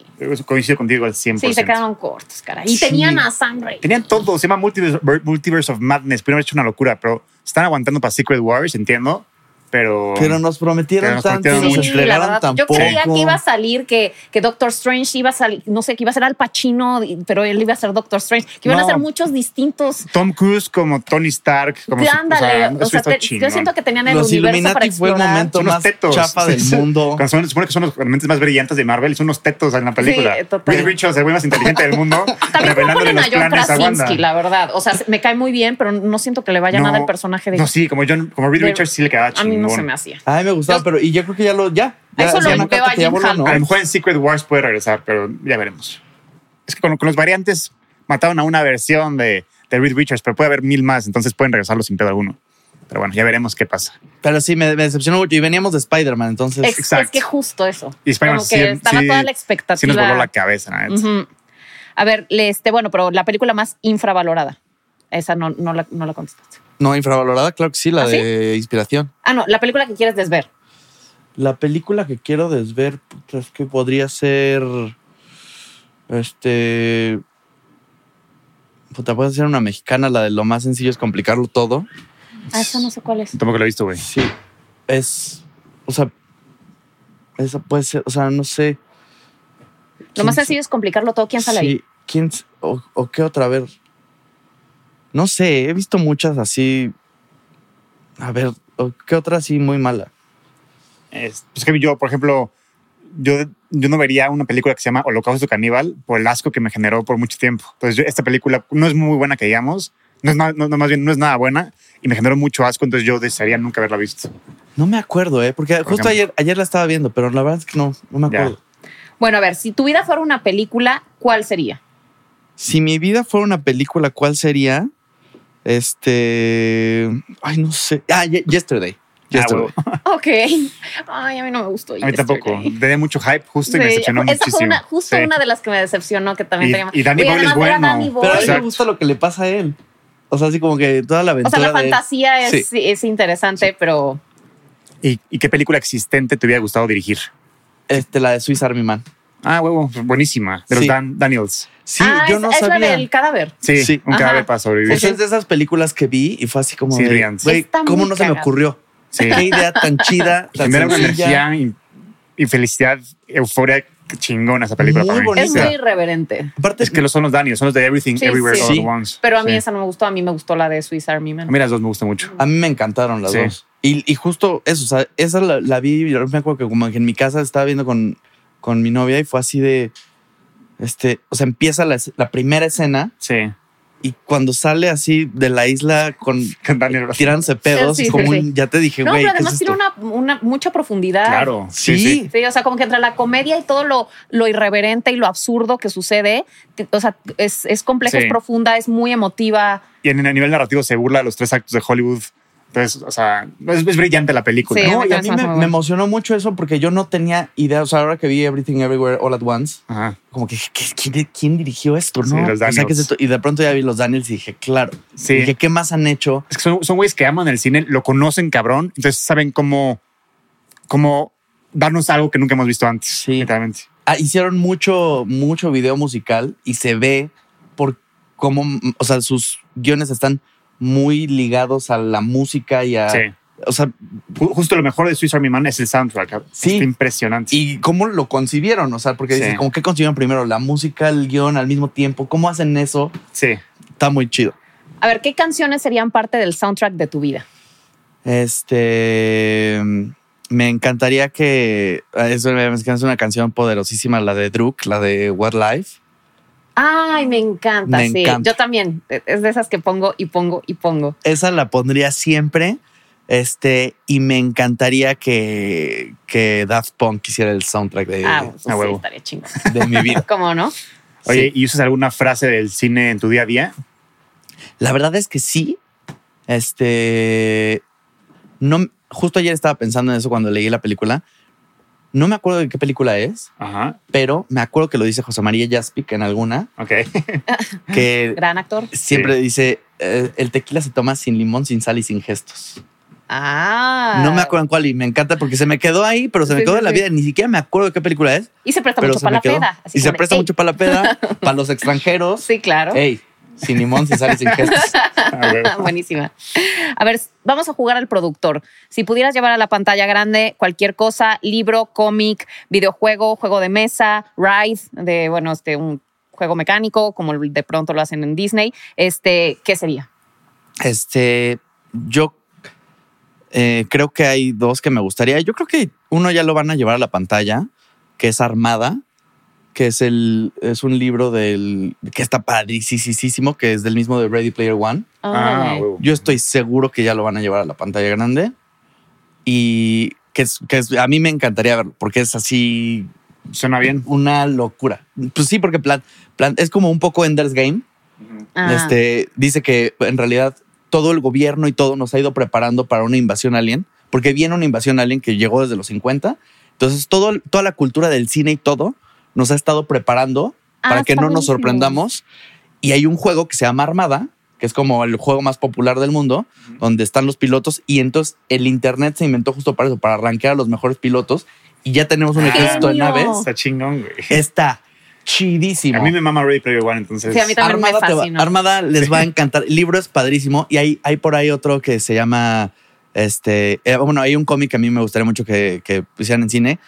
Speaker 1: Coincido contigo al 100%.
Speaker 3: Sí, se quedaron cortos, caray. Y
Speaker 2: Sí.
Speaker 3: tenían a Sangre.
Speaker 1: Tenían todo, se llama Multiverse, Multiverse of Madness. Primero hecho una locura, pero están aguantando para Secret Wars, entiendo. Pero.
Speaker 2: Pero nos prometieron
Speaker 1: Pero nos
Speaker 2: tanto,
Speaker 1: prometieron
Speaker 2: nos
Speaker 1: mucho.
Speaker 2: entregaron tan
Speaker 3: Yo
Speaker 2: poco.
Speaker 3: creía que iba a salir, que, que Doctor Strange iba a salir, no sé, que iba a ser Al Pacino, y- pero él iba a ser Doctor Strange, que iban
Speaker 1: No.
Speaker 3: a ser muchos distintos.
Speaker 1: Tom Cruise como Tony Stark. Como si- o sea,
Speaker 3: Ándale, o
Speaker 1: eso
Speaker 3: sea,
Speaker 1: está
Speaker 3: te- yo
Speaker 1: chingón.
Speaker 3: siento que tenían el
Speaker 2: Los
Speaker 3: universo para
Speaker 2: Illuminati fue el
Speaker 3: explorar.
Speaker 2: momento
Speaker 1: Son unos
Speaker 2: más
Speaker 1: tetos.
Speaker 2: chafa del mundo.
Speaker 1: Cuando son- <laughs> se supone que son los mentes más brillantes de Marvel y son unos tetos en la película.
Speaker 3: Sí, total.
Speaker 1: Reed Richards, el güey más inteligente del mundo,
Speaker 3: <laughs> También como
Speaker 1: revelándole
Speaker 3: ponen a
Speaker 1: los
Speaker 3: John
Speaker 1: planes a Wanda.
Speaker 3: Krasinski, la verdad. O sea, me cae muy bien, pero no siento que le vaya nada el personaje de.
Speaker 1: No, sí, como, John, como Reed
Speaker 3: de-
Speaker 1: Richards sí le quedaba
Speaker 3: a
Speaker 1: chingón.
Speaker 3: mí no se me hacía.
Speaker 2: Ay, me gustaba,
Speaker 3: Yo-
Speaker 2: pero. Y yo creo que ya lo. Ya. ya
Speaker 3: Eso
Speaker 2: ya
Speaker 3: lo
Speaker 2: no
Speaker 3: veo
Speaker 2: canta
Speaker 3: a
Speaker 2: que ya
Speaker 3: Jim
Speaker 2: voló,
Speaker 3: Hamm.
Speaker 2: ¿no?
Speaker 1: A lo mejor en Secret Wars puede regresar, pero ya veremos. Es que con, con los variantes mataron a una versión de, de Reed Richards, pero puede haber mil más, entonces pueden regresarlo sin pedo alguno. Pero bueno, ya veremos qué pasa.
Speaker 2: Pero sí, me, me decepcionó mucho. Y veníamos de Spider-Man, entonces.
Speaker 3: Ex-
Speaker 1: exacto.
Speaker 3: Es que justo eso.
Speaker 1: Y Spider-Man
Speaker 3: Como que
Speaker 1: sí-
Speaker 3: estaba
Speaker 1: sí-
Speaker 3: toda la
Speaker 1: Si
Speaker 3: expectativa.
Speaker 1: nos voló la cabeza, la neta.
Speaker 3: Ujú. A ver, le- este, bueno, pero la película más infravalorada. Esa no, no, la, no la contestaste.
Speaker 2: No, infravalorada, claro que sí, la
Speaker 3: ¿Ah,
Speaker 2: de inspiración.
Speaker 3: Ah, no, la película que quieres desver.
Speaker 2: La película que quiero desver puta, es que podría ser. Este. Puta, puede ser una mexicana, la de lo más sencillo es complicarlo todo.
Speaker 3: Ah, esa no sé cuál es.
Speaker 1: Tampoco lo he visto, güey.
Speaker 2: Sí. Es. O sea. Esa puede ser, o sea, no sé.
Speaker 3: Lo más sencillo es complicarlo todo. ¿Quién sale ahí?
Speaker 2: Sí, ¿quién s- o, o qué otra? A ver. No sé, he visto muchas así. A ver, o ¿qué otra así muy mala?
Speaker 1: Es, pues que yo, por ejemplo, yo, yo no vería una película que se llama Holocausto Caníbal por el asco que me generó por mucho tiempo. Entonces, yo- esta película no es muy buena que digamos, no es nada, no, no, más bien no es nada buena y me generó mucho asco, entonces yo desearía nunca haberla visto.
Speaker 2: No me acuerdo, ¿eh? Porque justo
Speaker 1: ejemplo.
Speaker 2: ayer, ayer la estaba viendo, pero la verdad es que no, no me
Speaker 1: Ya.
Speaker 2: acuerdo.
Speaker 3: Bueno, a ver, si tu vida fuera una película, ¿cuál sería?
Speaker 2: Si mi vida fuera una película, ¿cuál sería? Este. Ay, no sé. Ah, Ye- Yesterday. Yesterday.
Speaker 1: huevo.
Speaker 3: Ok. Ay, a mí no me gustó.
Speaker 1: Ah, A mí tampoco. Tenía mucho hype justo y me decepcionó
Speaker 3: esa
Speaker 1: muchísimo.
Speaker 3: fue una, justo
Speaker 1: Sí.
Speaker 3: una de las que me decepcionó, que también
Speaker 1: Y-
Speaker 3: teníamos.
Speaker 1: y Danny
Speaker 3: Oye,
Speaker 1: Boyle es
Speaker 3: además era
Speaker 1: bueno.
Speaker 3: Danny
Speaker 2: pero a
Speaker 3: Boyle.
Speaker 2: mí me
Speaker 1: Exacto.
Speaker 2: gusta lo que le pasa a él. O sea, así como que toda la
Speaker 3: O sea,
Speaker 2: aventura.
Speaker 3: la
Speaker 2: de-
Speaker 3: fantasía es,
Speaker 2: Sí.
Speaker 3: sí, es interesante, pero
Speaker 1: ¿Y, y qué película existente te hubiera gustado dirigir?
Speaker 2: este, la de Swiss Army Man.
Speaker 1: Ah, huevo, buenísima. De los
Speaker 2: Sí.
Speaker 1: Dan- Daniels.
Speaker 2: Sí,
Speaker 3: ah,
Speaker 2: yo
Speaker 3: es,
Speaker 2: no
Speaker 3: es
Speaker 2: sabía.
Speaker 3: la del cadáver.
Speaker 1: Sí,
Speaker 2: Sí.
Speaker 1: un
Speaker 3: Ajá.
Speaker 1: cadáver para
Speaker 2: O
Speaker 1: sobrevivir.
Speaker 2: sea, es de esas películas que vi y fue así como.
Speaker 1: Sí,
Speaker 2: de,
Speaker 1: ríanse.
Speaker 2: güey,
Speaker 3: Está muy
Speaker 2: ¿Cómo no se me
Speaker 3: cagada.
Speaker 2: ocurrió?
Speaker 1: Sí.
Speaker 2: Qué idea tan chida, tan
Speaker 1: Genera una
Speaker 2: sencilla.
Speaker 1: energía y, y felicidad, euforia chingona esa película
Speaker 2: Muy
Speaker 1: para mí.
Speaker 2: bonita.
Speaker 3: Es muy irreverente.
Speaker 2: Aparte,
Speaker 1: Es que los son los Daniels, son los de Everything,
Speaker 3: Sí,
Speaker 1: Everywhere,
Speaker 3: sí.
Speaker 1: All
Speaker 2: Sí.
Speaker 1: at Once.
Speaker 3: Pero a mí
Speaker 1: Sí.
Speaker 3: esa no me gustó, a mí me gustó la de Swiss Army
Speaker 1: A
Speaker 3: Man.
Speaker 1: mí las dos me gustan mucho.
Speaker 2: a mí me encantaron las
Speaker 1: Sí.
Speaker 2: dos. Y, y justo eso, o sea, esa la, la vi, yo me acuerdo que como que en mi casa estaba viendo con, con mi novia y fue así de, Este, o sea, empieza la, es- la primera escena <laughs>
Speaker 1: Sí.
Speaker 2: y cuando sale así de la isla con
Speaker 1: Con Daniel Radcliffe.
Speaker 2: tirándose pedos,
Speaker 3: Sí, sí,
Speaker 2: como
Speaker 3: sí.
Speaker 2: un- ya te dije,
Speaker 3: No,
Speaker 2: güey,
Speaker 3: pero
Speaker 2: ¿qué es
Speaker 3: además tiene
Speaker 2: esto?".
Speaker 3: una, una- mucha profundidad.
Speaker 1: Claro.
Speaker 2: Sí,
Speaker 3: Sí, o sea, como que entre la comedia y todo lo, lo irreverente y lo absurdo que sucede, t- o sea, es, es compleja,
Speaker 1: Sí.
Speaker 3: es profunda, es muy emotiva.
Speaker 1: Y en, a nivel narrativo se burla de los tres actos de Hollywood. Entonces, o sea, es, es brillante la película.
Speaker 3: Sí,
Speaker 1: ¿no?
Speaker 2: No,
Speaker 3: me
Speaker 2: y a mí
Speaker 3: parece
Speaker 2: me,
Speaker 3: muy
Speaker 2: me
Speaker 3: bueno.
Speaker 2: emocionó mucho eso porque yo no tenía idea. O sea, ahora que vi Everything Everywhere All at Once,
Speaker 1: Ajá.
Speaker 2: como que dije, "¿Qué- ¿quién, quién dirigió esto?
Speaker 1: Sí,
Speaker 2: No,
Speaker 1: los
Speaker 2: O sea, ¿qué es
Speaker 1: Daniels.
Speaker 2: esto? Y de pronto ya vi los Daniels y dije, claro.
Speaker 1: Sí.
Speaker 2: Dije, ¿qué más han hecho?
Speaker 1: Es que son, son güeyes que aman el cine, lo conocen cabrón, entonces saben cómo, cómo darnos algo que nunca hemos visto antes.
Speaker 2: Sí.
Speaker 1: Literalmente.
Speaker 2: Ah, hicieron mucho, mucho video musical y se ve por cómo, o sea, sus guiones están muy ligados a la música y a,
Speaker 1: Sí.
Speaker 2: o sea,
Speaker 1: Ju- Justo lo mejor de Swiss Army Man es el soundtrack. cabrón.
Speaker 2: Sí.
Speaker 1: Está impresionante.
Speaker 2: y cómo lo concibieron, o sea, porque
Speaker 1: Sí.
Speaker 2: dices, como que concibieron primero la música, el guión al mismo tiempo, cómo hacen eso,
Speaker 1: sí.
Speaker 2: está muy chido.
Speaker 3: A ver, ¿qué canciones serían parte del soundtrack de tu vida?
Speaker 2: Este, me encantaría que, ah, eso es una canción poderosísima, la de Druk, la de What Life.
Speaker 3: Ay, me encanta,
Speaker 2: Me
Speaker 3: sí.
Speaker 2: encanta.
Speaker 3: Yo también. e, Es de esas que pongo y pongo y pongo.
Speaker 2: esa la pondría siempre. Este, y me encantaría que, que Daft Punk hiciera el soundtrack de,
Speaker 3: ah, pues,
Speaker 1: a
Speaker 3: sí,
Speaker 1: huevo.
Speaker 3: estaría chingón.
Speaker 2: de mi
Speaker 3: <laughs>
Speaker 2: vida.
Speaker 3: ¿Cómo no?
Speaker 1: Oye,
Speaker 2: Sí.
Speaker 1: ¿y usas alguna frase del cine en tu día a día?
Speaker 2: La verdad es que sí. Este, no, justo ayer estaba pensando en eso cuando leí la película. No me acuerdo de qué película es,
Speaker 1: Ajá.
Speaker 2: pero me acuerdo que lo dice José María Jaspic en alguna,
Speaker 1: Ok. <laughs>
Speaker 3: <laughs>
Speaker 2: que
Speaker 3: Gran actor.
Speaker 2: siempre dice, eh, el tequila se toma sin limón, sin sal y sin gestos.
Speaker 3: Ah.
Speaker 2: No me acuerdo en cuál y me encanta porque se me quedó ahí, pero se me
Speaker 3: Sí,
Speaker 2: quedó
Speaker 3: sí,
Speaker 2: de la
Speaker 3: sí.
Speaker 2: vida. Ni siquiera me acuerdo de qué película es,
Speaker 3: Y se presta
Speaker 2: pero
Speaker 3: mucho
Speaker 2: se
Speaker 3: para
Speaker 2: me
Speaker 3: la
Speaker 2: quedó.
Speaker 3: peda. así
Speaker 2: Y se
Speaker 3: como de,
Speaker 2: presta
Speaker 3: "Ey".
Speaker 2: mucho para la peda, para los extranjeros.
Speaker 3: <laughs> Sí, claro. Ah,
Speaker 2: Ey, sin limón, sin sal y sin
Speaker 3: <laughs>
Speaker 2: gestos.
Speaker 1: A huevo.
Speaker 3: Buenísima. A ver, vamos a jugar al productor. Si pudieras llevar a la pantalla grande cualquier cosa, libro, cómic, videojuego, juego de mesa, ride, de bueno, este un juego mecánico, como el- de pronto lo hacen en Disney, este, ¿qué sería?
Speaker 2: Este, yo eh, creo que hay dos que me gustaría. Yo creo que uno ya lo van a llevar a la pantalla, que es Armada, que es el es un libro del que está padricísimo, que es del mismo de Ready Player One.
Speaker 1: Ah,
Speaker 3: Órale.
Speaker 1: huevo.
Speaker 2: Yo estoy seguro que ya lo van a llevar a la pantalla grande y que, es- que es- a mí me encantaría verlo porque es así
Speaker 1: Suena bien.
Speaker 2: una locura. Pues sí, porque plan, plan- es como un poco Ender's Game.
Speaker 3: Ah,
Speaker 2: Este, dice que en realidad todo el gobierno y todo nos ha ido preparando para una invasión alien, porque viene una invasión alien que llegó desde los 50. Entonces, todo, el- toda la cultura del cine y todo nos ha estado preparando
Speaker 3: Ah,
Speaker 2: para que
Speaker 3: está
Speaker 2: no nos
Speaker 3: buenísimo.
Speaker 2: sorprendamos. Y hay un juego que se llama Armada, que es como el juego más popular del mundo, donde están los pilotos. Y entonces el Internet se inventó justo para eso, para rankear a los mejores pilotos. Y ya tenemos un ejército de
Speaker 3: Genio.
Speaker 2: naves.
Speaker 1: Está chingón, güey.
Speaker 2: Está chidísimo.
Speaker 1: A mí me mama Ready Player One, entonces.
Speaker 3: Sí, a mí también. me
Speaker 2: Armada, te va-
Speaker 3: fascinó.
Speaker 2: Armada les
Speaker 1: <laughs>
Speaker 2: va a encantar. El libro es padrísimo y hay, hay por ahí otro que se llama, este, eh, bueno, hay un cómic que a mí me gustaría mucho que, que pusieran en cine,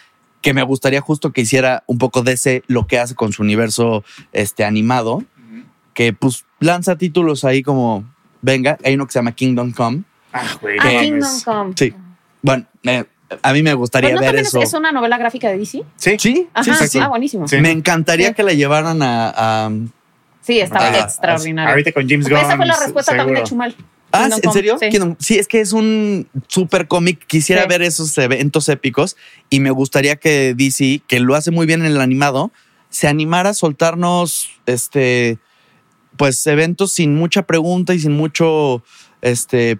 Speaker 2: que me gustaría justo que hiciera un poco de ese, lo que hace con su universo este, animado, que pues lanza títulos ahí como, venga, hay uno que se llama Kingdom Come.
Speaker 1: Ah, güey.
Speaker 3: Ah,
Speaker 1: no
Speaker 2: que-
Speaker 3: Kingdom
Speaker 1: mames.
Speaker 3: Come.
Speaker 2: eh, Sí. Bueno, eh, a mí me gustaría
Speaker 3: Pero no
Speaker 2: ver
Speaker 3: también es-
Speaker 2: eso.
Speaker 3: es una novela gráfica de DC.
Speaker 1: Sí.
Speaker 2: Sí, sí,
Speaker 3: Ajá,
Speaker 2: sí, sí.
Speaker 3: ah, buenísimo.
Speaker 1: Sí.
Speaker 3: Sí,
Speaker 2: Me encantaría
Speaker 3: Sí.
Speaker 2: que la llevaran a... a-
Speaker 3: estaba
Speaker 2: Ah,
Speaker 3: extraordinario.
Speaker 1: Ahorita con James Gunn.
Speaker 3: Esa fue la respuesta también
Speaker 1: seguro.
Speaker 3: de Chumal.
Speaker 2: Ah,
Speaker 3: Kingdom
Speaker 2: ¿en
Speaker 3: Come,
Speaker 2: serio?
Speaker 3: sí.
Speaker 2: Kingdom- Sí. es que es un super cómic. Quisiera
Speaker 3: Sí.
Speaker 2: ver esos eventos épicos y me gustaría que DC, que lo hace muy bien en el animado, se animara a soltarnos este pues eventos sin mucha pregunta y sin mucho este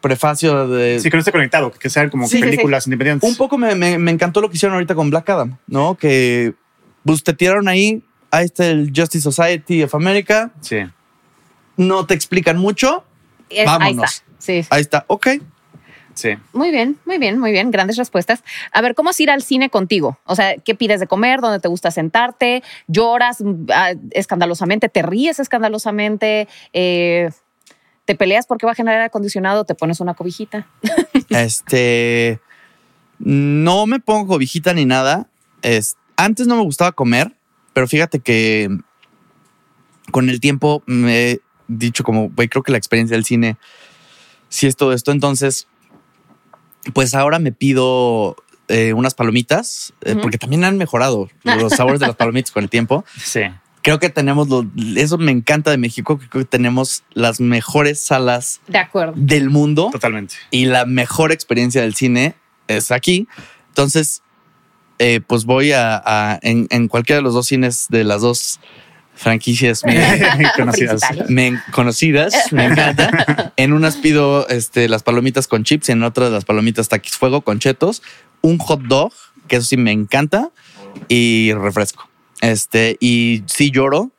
Speaker 2: prefacio de
Speaker 1: Sí, que no esté conectado, que sean como
Speaker 3: Sí, sí, sí.
Speaker 1: películas independientes.
Speaker 2: un poco me, me- me encantó lo que hicieron ahorita con Black Adam, ¿no? Que pues, te tiraron ahí, ahí está el Justice Society of America,
Speaker 1: Sí.
Speaker 2: no te explican mucho,
Speaker 3: Es- Eh, ahí
Speaker 2: Vámonos.
Speaker 3: está. Sí.
Speaker 2: ahí está, ok,
Speaker 1: Sí.
Speaker 3: Muy bien, muy bien, muy bien. Grandes respuestas. A ver, ¿cómo es ir al cine contigo? O sea, ¿qué pides de comer? ¿Dónde te gusta sentarte? ¿Lloras mm, ah, escandalosamente? ¿Te ríes escandalosamente? Eh, ¿Te peleas porque va a generar aire acondicionado? ¿Te pones una cobijita?
Speaker 2: <laughs> Este. No me pongo cobijita ni nada. Es, antes no me gustaba comer, pero fíjate que con el tiempo me he dicho como, güey, creo que la experiencia del cine sí es todo esto. Entonces, pues ahora me pido eh, unas palomitas, eh,
Speaker 3: Ujú.
Speaker 2: porque también han mejorado los sabores de las palomitas con el tiempo.
Speaker 1: Sí.
Speaker 2: Creo que tenemos, lo- eso me encanta de México, que creo que tenemos las mejores salas
Speaker 3: De acuerdo.
Speaker 2: del mundo
Speaker 3: <laughs>
Speaker 1: Totalmente. <laughs>
Speaker 2: y la mejor experiencia del cine es aquí. Entonces, eh, pues voy a, a- en, en cualquiera de los dos cines de las dos franquicias
Speaker 3: <laughs>
Speaker 2: me-
Speaker 1: Conocidas.
Speaker 3: Principales.
Speaker 2: me- conocidas, me encanta. En unas pido este, las palomitas con chips y en otras las palomitas taquis fuego con chetos, un hot dog, que eso sí me encanta, y refresco. Este, y sí lloro.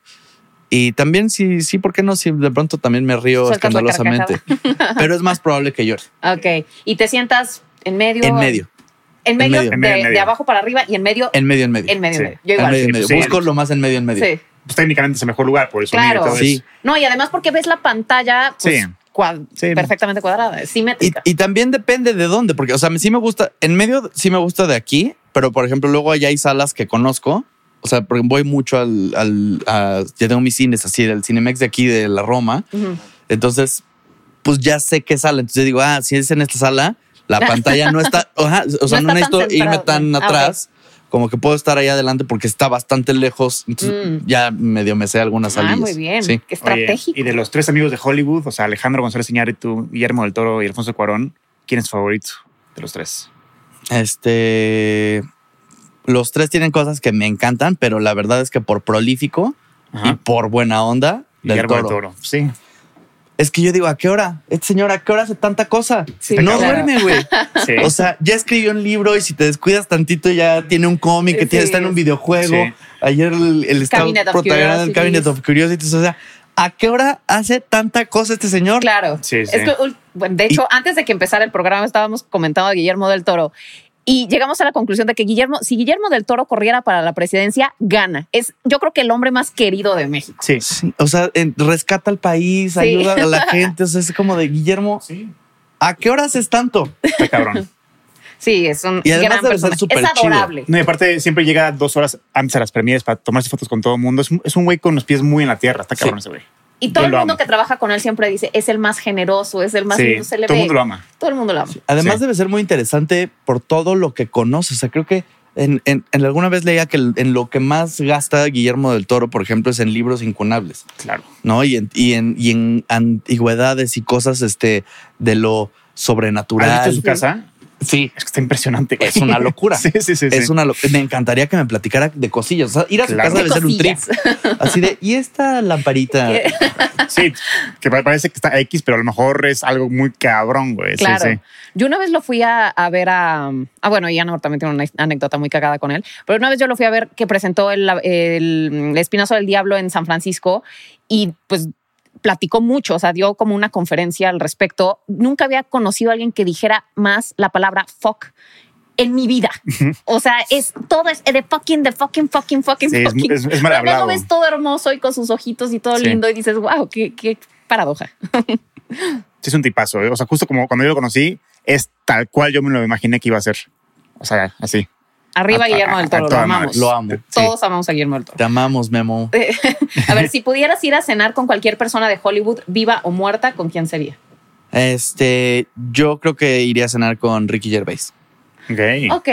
Speaker 2: Y también sí, sí, ¿por qué no? Si de pronto también me río
Speaker 3: Sueltas la
Speaker 2: escandalosamente. Pero es más probable que
Speaker 3: <laughs>
Speaker 2: llore.
Speaker 3: Ok. Y te sientas en medio.
Speaker 2: En medio.
Speaker 3: En medio,
Speaker 2: medio.
Speaker 3: De,
Speaker 1: En medio, en medio.
Speaker 3: de abajo para arriba y en medio.
Speaker 2: En medio, en medio.
Speaker 3: En medio.
Speaker 1: Sí.
Speaker 3: en medio. Yo
Speaker 2: En
Speaker 3: igual.
Speaker 2: medio, en medio.
Speaker 1: Sí.
Speaker 2: Busco lo más en medio, en medio.
Speaker 3: Sí.
Speaker 1: Pues técnicamente es el mejor lugar por el sonido
Speaker 3: Claro.
Speaker 1: y todo
Speaker 2: Sí.
Speaker 1: eso.
Speaker 3: No, y además porque ves la pantalla pues,
Speaker 1: Sí.
Speaker 3: cua-
Speaker 1: Sí.
Speaker 3: perfectamente cuadrada, es
Speaker 2: Y,
Speaker 3: simétrica.
Speaker 2: y también depende de dónde, porque, o sea, sí me gusta, en medio sí me gusta de aquí, pero por ejemplo, luego allá hay salas que conozco. O sea, porque voy mucho al, al a- ya tengo mis cines así, del Cinemex de aquí de la Roma.
Speaker 3: Ujú.
Speaker 2: Entonces, pues ya sé qué sala. Entonces digo, ah, si es en esta sala,
Speaker 3: <laughs>
Speaker 2: la pantalla no está, ajá, o sea,
Speaker 3: No
Speaker 2: no,
Speaker 3: está tan
Speaker 2: necesito irme
Speaker 3: centrado.
Speaker 2: tan
Speaker 3: Ah, ok.
Speaker 2: atrás. Como que puedo estar ahí adelante porque está bastante lejos. Entonces,
Speaker 3: Mm.
Speaker 2: ya medio me sé algunas
Speaker 3: Ah,
Speaker 2: salidas.
Speaker 3: muy bien.
Speaker 2: Sí.
Speaker 3: Qué
Speaker 1: Oye,
Speaker 3: estratégico.
Speaker 1: y de los tres amigos de Hollywood, o sea, Alejandro González Iñárritu, Guillermo del Toro y Alfonso Cuarón, ¿quién es tu favorito de los tres?
Speaker 2: Este. Los tres tienen cosas que me encantan, pero la verdad es que por prolífico y
Speaker 1: Ajá.
Speaker 2: por buena onda del
Speaker 1: Guillermo del
Speaker 2: toro.
Speaker 1: Toro. Sí.
Speaker 2: Es que yo digo, ¿a qué hora? Este señor, ¿a qué hora hace tanta cosa?
Speaker 3: <laughs> Sí,
Speaker 2: no
Speaker 1: claro.
Speaker 2: duerme, güey.
Speaker 1: Sí.
Speaker 2: <laughs> O sea, ya escribió un libro y si te descuidas tantito ya tiene un cómic, que
Speaker 3: Sí.
Speaker 2: tiene- está en un videojuego.
Speaker 1: Sí.
Speaker 2: Ayer el, el estado
Speaker 3: Cabinet of
Speaker 2: protagonista del Cabinet
Speaker 3: Curiosities.
Speaker 2: of Curiosities. O sea, ¿a qué hora hace tanta cosa este señor?
Speaker 3: Claro.
Speaker 1: Sí, sí.
Speaker 3: Es que, ul- bueno, de hecho, antes de que empezara el programa estábamos comentando a Guillermo del Toro y llegamos a la conclusión de que Guillermo, si Guillermo del Toro corriera para la presidencia, gana. Es, yo creo que el hombre más querido de México.
Speaker 1: Sí.
Speaker 2: Sí, o sea, en- rescata al país,
Speaker 3: Sí.
Speaker 2: ayuda a la
Speaker 3: <laughs>
Speaker 2: gente. O sea, es como de Guillermo,
Speaker 1: Sí.
Speaker 2: ¿a qué hora haces tanto?
Speaker 1: Está cabrón.
Speaker 3: Sí, es un
Speaker 2: Y además
Speaker 3: gran
Speaker 2: debe ser
Speaker 3: personaje.
Speaker 2: súper
Speaker 3: Es
Speaker 2: chido.
Speaker 3: adorable.
Speaker 1: No, y aparte siempre llega dos horas antes a las premieres para tomarse fotos con todo el mundo. Es un, es un güey con los pies muy en la tierra. Está cabrón ese güey.
Speaker 3: Y todo
Speaker 1: Yo
Speaker 3: el
Speaker 1: lo
Speaker 3: mundo
Speaker 1: amo.
Speaker 3: que trabaja con él siempre dice es el más generoso, es el más
Speaker 1: Sí,
Speaker 3: no se le
Speaker 1: todo el
Speaker 3: ve.
Speaker 1: mundo lo ama.
Speaker 3: Todo el mundo lo ama.
Speaker 2: Además
Speaker 1: Sí.
Speaker 2: debe ser muy interesante por todo lo que conoce. O sea, creo que en, en- en alguna vez leía que el- en lo que más gasta Guillermo del Toro, por ejemplo, es en libros incunables,
Speaker 1: Claro.
Speaker 2: ¿no? Y en, y en, y en antigüedades y cosas este, de lo
Speaker 1: ¿Has visto
Speaker 2: sobrenatural.
Speaker 1: su casa?
Speaker 2: Sí,
Speaker 1: Es que está impresionante. güey.
Speaker 2: Es una locura.
Speaker 1: <laughs> sí, sí, sí.
Speaker 2: es
Speaker 1: sí.
Speaker 2: una... lo- Me encantaría que me platicara de cosillas. O sea, ir a su
Speaker 1: Claro.
Speaker 2: casa debe ser un trip.
Speaker 3: Cosillas.
Speaker 2: Así de, ¿y esta lamparita?
Speaker 1: Sí, que pa- parece que está X, pero a lo mejor es algo muy cabrón, güey. Sí,
Speaker 3: Claro.
Speaker 1: sí.
Speaker 3: Yo una vez lo fui a, a ver a. Ah, bueno, Ian Orr también tiene una anécdota muy cagada con él. Pero una vez yo lo fui a ver que presentó el, el, mm, Espinazo del Diablo en San Francisco y pues platicó mucho, o sea, dio como una conferencia al respecto. Nunca había conocido a alguien que dijera más la palabra fuck en mi vida. O sea, es todo es de fucking, de fucking, fucking, fucking,
Speaker 1: Sí, es,
Speaker 3: fucking.
Speaker 1: es, es mal
Speaker 3: Pero luego
Speaker 1: hablado.
Speaker 3: ves todo hermoso y con sus ojitos y todo
Speaker 1: Sí.
Speaker 3: lindo y dices, wow, qué, qué paradoja.
Speaker 1: Sí, es un tipazo. eh. O sea, justo como cuando yo lo conocí, es tal cual yo me lo imaginé que iba a ser. O sea, así.
Speaker 3: Arriba
Speaker 1: A-
Speaker 3: Guillermo del
Speaker 1: a- a
Speaker 3: Toro, lo
Speaker 1: toda
Speaker 3: amamos.
Speaker 1: madre.
Speaker 2: Lo amo.
Speaker 1: Sí.
Speaker 3: Todos amamos a Guillermo del Toro.
Speaker 2: Te amamos, Memo.
Speaker 3: A ver, si pudieras ir a cenar con cualquier persona de Hollywood, viva o muerta, ¿con quién sería?
Speaker 2: Este, yo creo que iría a cenar con Ricky Gervais.
Speaker 1: Ok.
Speaker 3: Ok,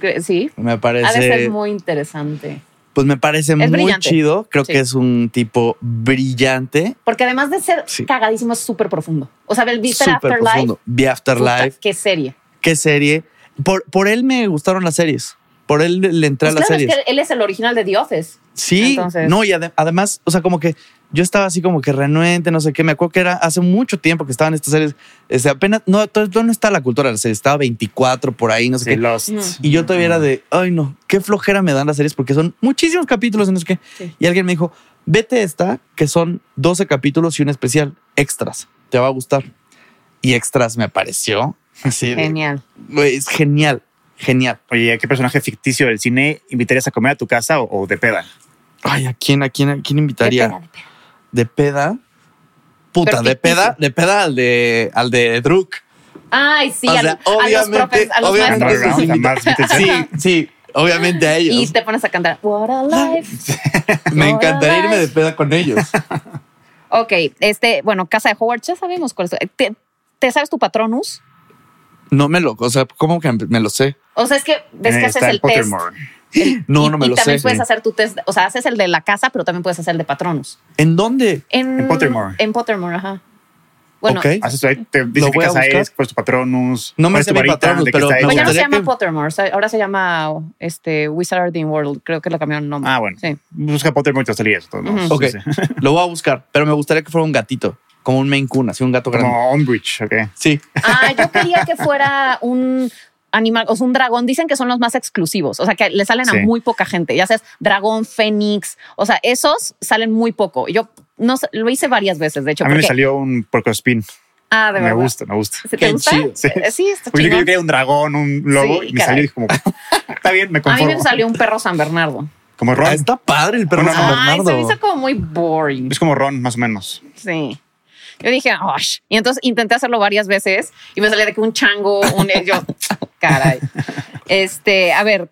Speaker 3: cre- sí.
Speaker 2: Me
Speaker 3: Ha de
Speaker 2: parece,
Speaker 3: ser muy interesante.
Speaker 2: pues me parece muy
Speaker 3: brillante.
Speaker 2: chido. Creo
Speaker 3: Sí.
Speaker 2: que es un tipo brillante,
Speaker 3: Porque además de ser
Speaker 2: Sí.
Speaker 3: cagadísimo, es súper profundo. O sea, el Vista
Speaker 2: súper
Speaker 3: Afterlife.
Speaker 2: profundo. The
Speaker 3: puta,
Speaker 2: Afterlife,
Speaker 3: Qué serie.
Speaker 2: qué serie. Por, por él me gustaron las series. Por él le entré
Speaker 3: Pues
Speaker 2: a las
Speaker 3: claro, es
Speaker 2: series.
Speaker 3: que él es el original de The Office.
Speaker 2: Sí,
Speaker 3: Entonces-
Speaker 2: no, y ade- además, o sea, como que yo estaba así como que renuente, no sé qué. Me acuerdo que era hace mucho tiempo que estaban estas series. Este, apenas, no, to- no está la cultura de las series, estaba 24 por ahí, no sé
Speaker 1: Sí,
Speaker 2: qué.
Speaker 1: Lost.
Speaker 3: Mm.
Speaker 2: Y yo todavía era de, ay no, qué flojera me dan las series porque son muchísimos capítulos en los que...
Speaker 3: Sí.
Speaker 2: Y alguien me dijo, vete esta, que son 12 capítulos y un especial, extras, te va a gustar. Y extras me pareció así. de,
Speaker 3: Genial.
Speaker 2: güey, es genial, genial.
Speaker 1: Oye, ¿a ¿qué personaje ficticio del cine invitarías a comer a tu casa o, o de peda?
Speaker 2: Ay, ¿a quién, a quién, a quién
Speaker 3: Qué
Speaker 2: invitaría?
Speaker 3: pena, de pena.
Speaker 2: De peda. Puta,
Speaker 3: Pero
Speaker 2: de peda, de peda al de, al de Druk.
Speaker 3: Ay, sí,
Speaker 2: O
Speaker 3: a,
Speaker 2: sea,
Speaker 3: los, a los
Speaker 2: obviamente-
Speaker 3: profes, a los
Speaker 2: obviamente
Speaker 1: Andrew
Speaker 2: Entonces,
Speaker 1: Brown,
Speaker 3: maestros.
Speaker 2: invita-
Speaker 1: Mads Mikkelsen.
Speaker 2: Sí, sí, obviamente a ellos.
Speaker 3: Y te pones a cantar What a Life.
Speaker 2: <laughs> Me
Speaker 3: Ahora
Speaker 2: encantaría irme
Speaker 3: vas.
Speaker 2: de peda con ellos.
Speaker 3: <laughs> Ok, este, bueno, Casa de Howard, ya Eh, sabemos cuál es. ¿Te, te sabes tu patronus?
Speaker 2: No me lo, o sea, ¿cómo que me lo sé?
Speaker 3: O sea, es que ves que haces
Speaker 1: Eh, Está en
Speaker 3: el test.
Speaker 1: Pottermore.
Speaker 2: No,
Speaker 3: y,
Speaker 2: no me
Speaker 3: y
Speaker 2: lo
Speaker 3: también
Speaker 2: sé.
Speaker 3: puedes hacer tu test, o sea, haces el de la casa, pero también puedes hacer el de patronos.
Speaker 2: ¿En dónde?
Speaker 3: En,
Speaker 1: En Pottermore.
Speaker 3: En Pottermore, ajá. Bueno, pues
Speaker 2: Ok.
Speaker 1: Haces ahí, te
Speaker 2: Lo
Speaker 1: dice qué
Speaker 2: voy a
Speaker 1: casa
Speaker 2: buscar.
Speaker 1: eres, cuál es pues, tu patronus,
Speaker 2: No me
Speaker 1: cuál es
Speaker 2: sé
Speaker 1: tu
Speaker 2: mi
Speaker 1: varita,
Speaker 2: patronus,
Speaker 1: de qué
Speaker 2: pero
Speaker 1: está
Speaker 2: me
Speaker 1: hecha.
Speaker 3: pues ya no se
Speaker 2: gustaría
Speaker 3: llama
Speaker 2: que-
Speaker 3: Pottermore, o sea, ahora se llama este, Wizarding World, creo que lo cambiaron el nombre.
Speaker 1: Ah, bueno.
Speaker 3: Sí.
Speaker 1: Busca Pottermore y te salías. Todo, ¿no?
Speaker 3: Ujú.
Speaker 1: Sí,
Speaker 2: Ok,
Speaker 1: sí.
Speaker 2: lo voy a buscar, pero me gustaría que fuera un gatito, como un Maine Coon, así un gato grande.
Speaker 1: Como Umbridge, ok.
Speaker 2: Sí,
Speaker 3: Ah, yo quería que fuera un animal, o sea, un dragón. Dicen que son los más exclusivos, o sea, que le salen
Speaker 1: Sí.
Speaker 3: a muy poca gente. Ya sabes, dragón, fénix, o sea, esos salen muy poco. Yo no sé, lo hice varias veces, de hecho.
Speaker 1: A mí me
Speaker 3: porque-
Speaker 1: salió un porco spin.
Speaker 3: ah, de
Speaker 1: Me
Speaker 3: verdad.
Speaker 1: gusta, me gusta.
Speaker 3: ¿Sí, ¿Te
Speaker 2: Qué
Speaker 3: gusta?
Speaker 2: chido.
Speaker 1: Sí.
Speaker 3: Eh, Sí, está
Speaker 1: Porque Pues yo
Speaker 3: chingón.
Speaker 1: quería un dragón, un lobo,
Speaker 3: Sí,
Speaker 1: y me
Speaker 3: caray.
Speaker 1: salió y dije como, está bien, me
Speaker 3: <laughs> A mí
Speaker 1: conformo.
Speaker 3: me salió un perro San Bernardo.
Speaker 1: Como Ron.
Speaker 2: Ah, está padre el perro
Speaker 1: Bueno,
Speaker 2: San
Speaker 1: no.
Speaker 3: Ay, se me
Speaker 2: Bernardo.
Speaker 3: hizo como muy boring.
Speaker 1: Es como Ron, más o menos.
Speaker 3: Sí. Yo dije, "Osh". Y entonces intenté hacerlo varias veces y me salía de que un chango, un yo,
Speaker 1: <laughs>
Speaker 3: caray. Este, a ver,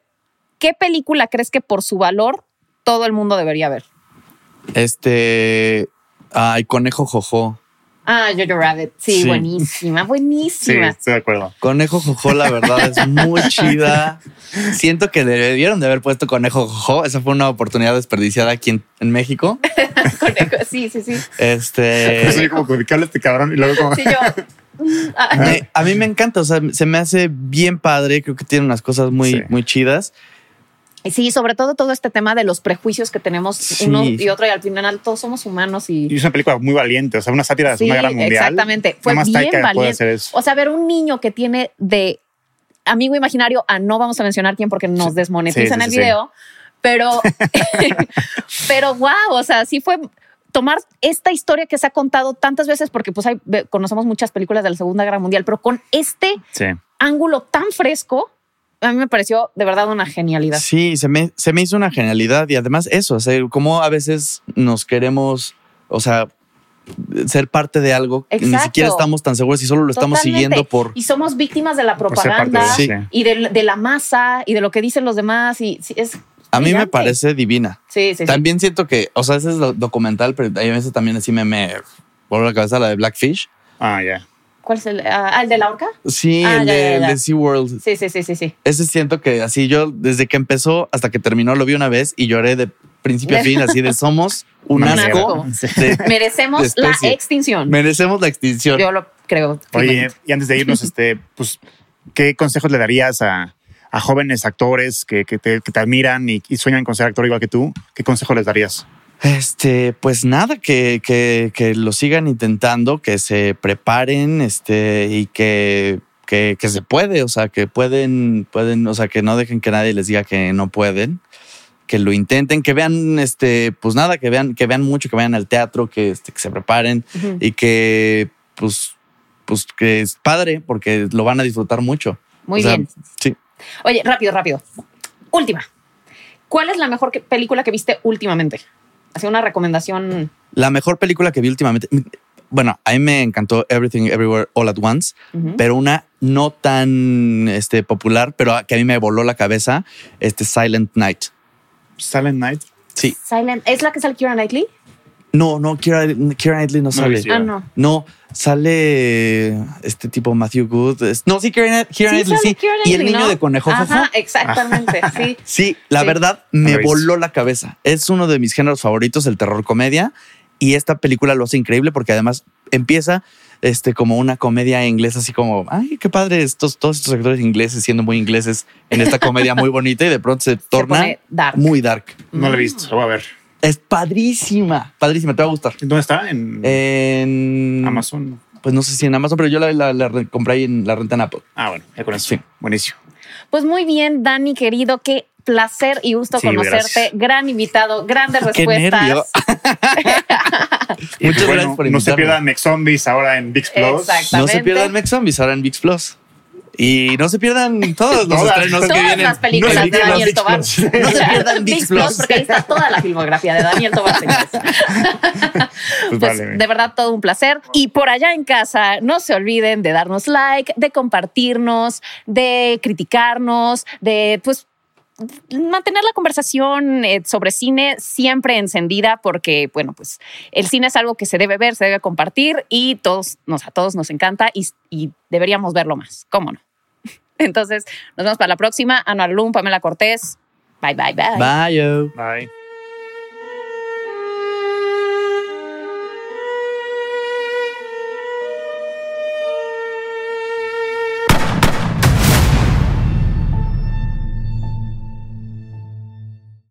Speaker 3: ¿qué película crees que por su valor todo el mundo debería ver?
Speaker 2: Este. Ay, conejo jojo.
Speaker 3: Ah, Jojo Rabbit. Sí,
Speaker 1: Sí.
Speaker 3: buenísima,
Speaker 1: Sí,
Speaker 3: buenísima.
Speaker 1: estoy de acuerdo.
Speaker 2: Conejo Jojo, la verdad, es muy chida. Siento que debieron de haber puesto Conejo Jojo. Esa fue una oportunidad desperdiciada aquí en, en México.
Speaker 3: <laughs> Conejo. Sí, sí, sí.
Speaker 1: <laughs> Pero soy
Speaker 2: Este.
Speaker 1: como ubicable este cabrón y luego como...
Speaker 3: Sí, yo. mm, ah,
Speaker 2: me- a mí me encanta, o sea, se me hace bien padre. Creo que tiene unas cosas muy,
Speaker 1: Sí.
Speaker 2: muy chidas.
Speaker 3: Sí, sobre todo todo este tema de los prejuicios que tenemos
Speaker 2: Sí.
Speaker 3: uno y otro y al final todos somos humanos y...
Speaker 1: <laughs> Y es una película muy valiente, o sea, una sátira de
Speaker 3: Sí,
Speaker 1: una guerra mundial.
Speaker 3: exactamente. Fue
Speaker 1: Nomás
Speaker 3: bien
Speaker 1: Taika puede
Speaker 3: valiente.
Speaker 1: hacer eso.
Speaker 3: O sea, ver un niño que tiene de amigo imaginario a no vamos a mencionar quién porque nos desmonetizan
Speaker 1: sí,
Speaker 3: el
Speaker 1: sí,
Speaker 3: video,
Speaker 1: <laughs>
Speaker 3: pero, pero wow, o sea, sí fue tomar esta historia que se ha contado tantas veces porque pues hay, ve- conocemos muchas películas de la Segunda Guerra Mundial, pero con este
Speaker 1: Sí.
Speaker 3: ángulo tan fresco, a mí me pareció de verdad una genialidad.
Speaker 2: Sí, se me, se me hizo una genialidad y además eso, o sea, como a veces nos queremos, o sea, ser parte de algo que ni
Speaker 3: Exacto.
Speaker 2: siquiera estamos tan seguros y solo lo estamos
Speaker 3: Totalmente.
Speaker 2: siguiendo por.
Speaker 3: Y somos víctimas de la
Speaker 1: Por ser parte
Speaker 3: propaganda
Speaker 1: de-
Speaker 2: Sí.
Speaker 3: y de, de la masa y de lo que dicen los demás y sí, es
Speaker 2: A mí me
Speaker 3: brillante.
Speaker 2: parece divina.
Speaker 3: Sí, sí, sí.
Speaker 2: También siento que, o sea, ese es do- documental, pero hay veces también así me, me vuelve la cabeza la de Blackfish.
Speaker 1: Ah, ya.
Speaker 3: ¿Cuál es el? ah, ah, el de la orca?
Speaker 2: Sí,
Speaker 3: Ah,
Speaker 2: el,
Speaker 3: ya,
Speaker 2: de,
Speaker 3: ya,
Speaker 2: el
Speaker 3: ya.
Speaker 2: de SeaWorld.
Speaker 3: Sí, sí, sí, sí, sí.
Speaker 2: Ese siento que así yo, desde que empezó hasta que terminó, lo vi una vez y lloré de principio
Speaker 3: <laughs>
Speaker 2: a fin, así de somos un
Speaker 1: Una
Speaker 2: asco.
Speaker 3: mierda.
Speaker 2: de-
Speaker 3: Merecemos
Speaker 2: De
Speaker 3: la
Speaker 2: especie.
Speaker 3: extinción.
Speaker 2: merecemos la extinción.
Speaker 3: Yo lo creo.
Speaker 1: Oye,
Speaker 3: firmemente.
Speaker 1: y antes de
Speaker 3: <laughs>
Speaker 1: irnos, este, pues, ¿qué consejos le darías a, a jóvenes actores que, que te, que te admiran y, y sueñan con ser actor igual que tú? ¿Qué consejo les darías?
Speaker 2: Este, pues nada, que, que, que lo sigan intentando, que se preparen, este, y que, que, que se puede, o sea, que pueden, pueden, o sea, que no dejen que nadie les diga que no pueden, que lo intenten, que vean, este, pues nada, que vean, que vean mucho, que vayan al teatro, que, este, que se preparen
Speaker 3: Ujú.
Speaker 2: y que, pues, pues que es padre porque lo van a disfrutar mucho.
Speaker 3: Muy
Speaker 2: o sea,
Speaker 3: bien.
Speaker 2: Sí.
Speaker 3: Oye, rápido, rápido. Última. ¿Cuál es la mejor que- película que viste últimamente? Hace una recomendación.
Speaker 2: La mejor película que vi últimamente, bueno, a mí me encantó Everything Everywhere All at Once.
Speaker 3: Ujú.
Speaker 2: pero una no tan este, popular, pero a- que a mí me voló la cabeza, este Silent Night.
Speaker 1: Silent Night.
Speaker 2: Sí.
Speaker 3: Silent. ¿Es la que sale Kira Knightley?
Speaker 2: No, no, Kira, Kira Knightley no sale.
Speaker 1: sí. Yeah.
Speaker 3: Ah, no.
Speaker 2: No, sale este tipo Matthew Good. Es- No, sí, Kira, Knight- Keira
Speaker 3: Sí,
Speaker 2: Knightley,
Speaker 3: sale
Speaker 2: sí.
Speaker 3: Keira
Speaker 2: Y el
Speaker 3: Knightley,
Speaker 2: niño
Speaker 3: ¿no?
Speaker 2: de Ah. conejo. jojo.
Speaker 3: Ajá, exactamente.
Speaker 2: <laughs>
Speaker 3: sí.
Speaker 2: Sí, la
Speaker 3: Sí.
Speaker 2: verdad
Speaker 1: No
Speaker 2: me
Speaker 1: lo he
Speaker 2: voló la cabeza. Es uno de mis géneros favoritos, el terror comedia. Y esta película lo hace increíble porque además empieza este, como una comedia inglesa, así como, ay, qué padre, estos, todos estos actores ingleses siendo muy ingleses en esta comedia muy bonita y de pronto se
Speaker 3: Se
Speaker 2: torna
Speaker 3: pone dark.
Speaker 2: muy dark.
Speaker 1: No
Speaker 3: Mm.
Speaker 1: lo he visto, lo voy a ver.
Speaker 2: Es padrísima, padrísima, te va a gustar.
Speaker 1: ¿Dónde está? En
Speaker 2: En
Speaker 1: Amazon.
Speaker 2: Pues no sé si en Amazon, pero yo la, la- la re- compré ahí en la renta en Apple.
Speaker 1: Ah, bueno, ya con eso.
Speaker 2: Sí.
Speaker 1: Buenísimo.
Speaker 3: Pues muy bien, Dani, querido. Qué placer y gusto
Speaker 1: Sí,
Speaker 3: conocerte.
Speaker 1: gracias.
Speaker 3: Gran invitado, grandes
Speaker 2: Qué
Speaker 3: respuestas.
Speaker 2: nervio.
Speaker 1: Y, pues,
Speaker 2: Muchas
Speaker 1: bueno,
Speaker 2: gracias por
Speaker 1: No se
Speaker 2: invitarme.
Speaker 1: pierdan Mex Zombies ahora en VIX Plus.
Speaker 3: Exacto.
Speaker 2: No se
Speaker 3: Exactamente.
Speaker 2: pierdan Mex Zombies ahora en VIX Plus. Y no se pierdan todos los
Speaker 1: Todas.
Speaker 2: estrenos que
Speaker 3: Todas
Speaker 2: vienen.
Speaker 3: las películas
Speaker 1: No se
Speaker 3: de
Speaker 1: pierdan
Speaker 3: Daniel
Speaker 1: Big
Speaker 3: Tobar.
Speaker 1: Plus.
Speaker 2: No se
Speaker 3: <laughs>
Speaker 2: pierdan Big
Speaker 3: Big Plus,
Speaker 2: Plus.
Speaker 3: porque ahí está toda la filmografía de Daniel Tobar. señores.
Speaker 1: Pues,
Speaker 3: Pues,
Speaker 1: vale.
Speaker 3: de verdad, todo un placer. Y por allá en casa, no se olviden de darnos like, de compartirnos, de criticarnos, de pues mantener la conversación eh, sobre cine siempre encendida porque, bueno, pues el cine es algo que se debe ver, se debe compartir y todos nos, a todos nos encanta y, y deberíamos verlo más. ¿Cómo no? <laughs> Entonces, nos vemos para la próxima. Ana Lum, Pamela Cortés. Bye, bye, bye.
Speaker 2: Bye. yo.
Speaker 1: Bye.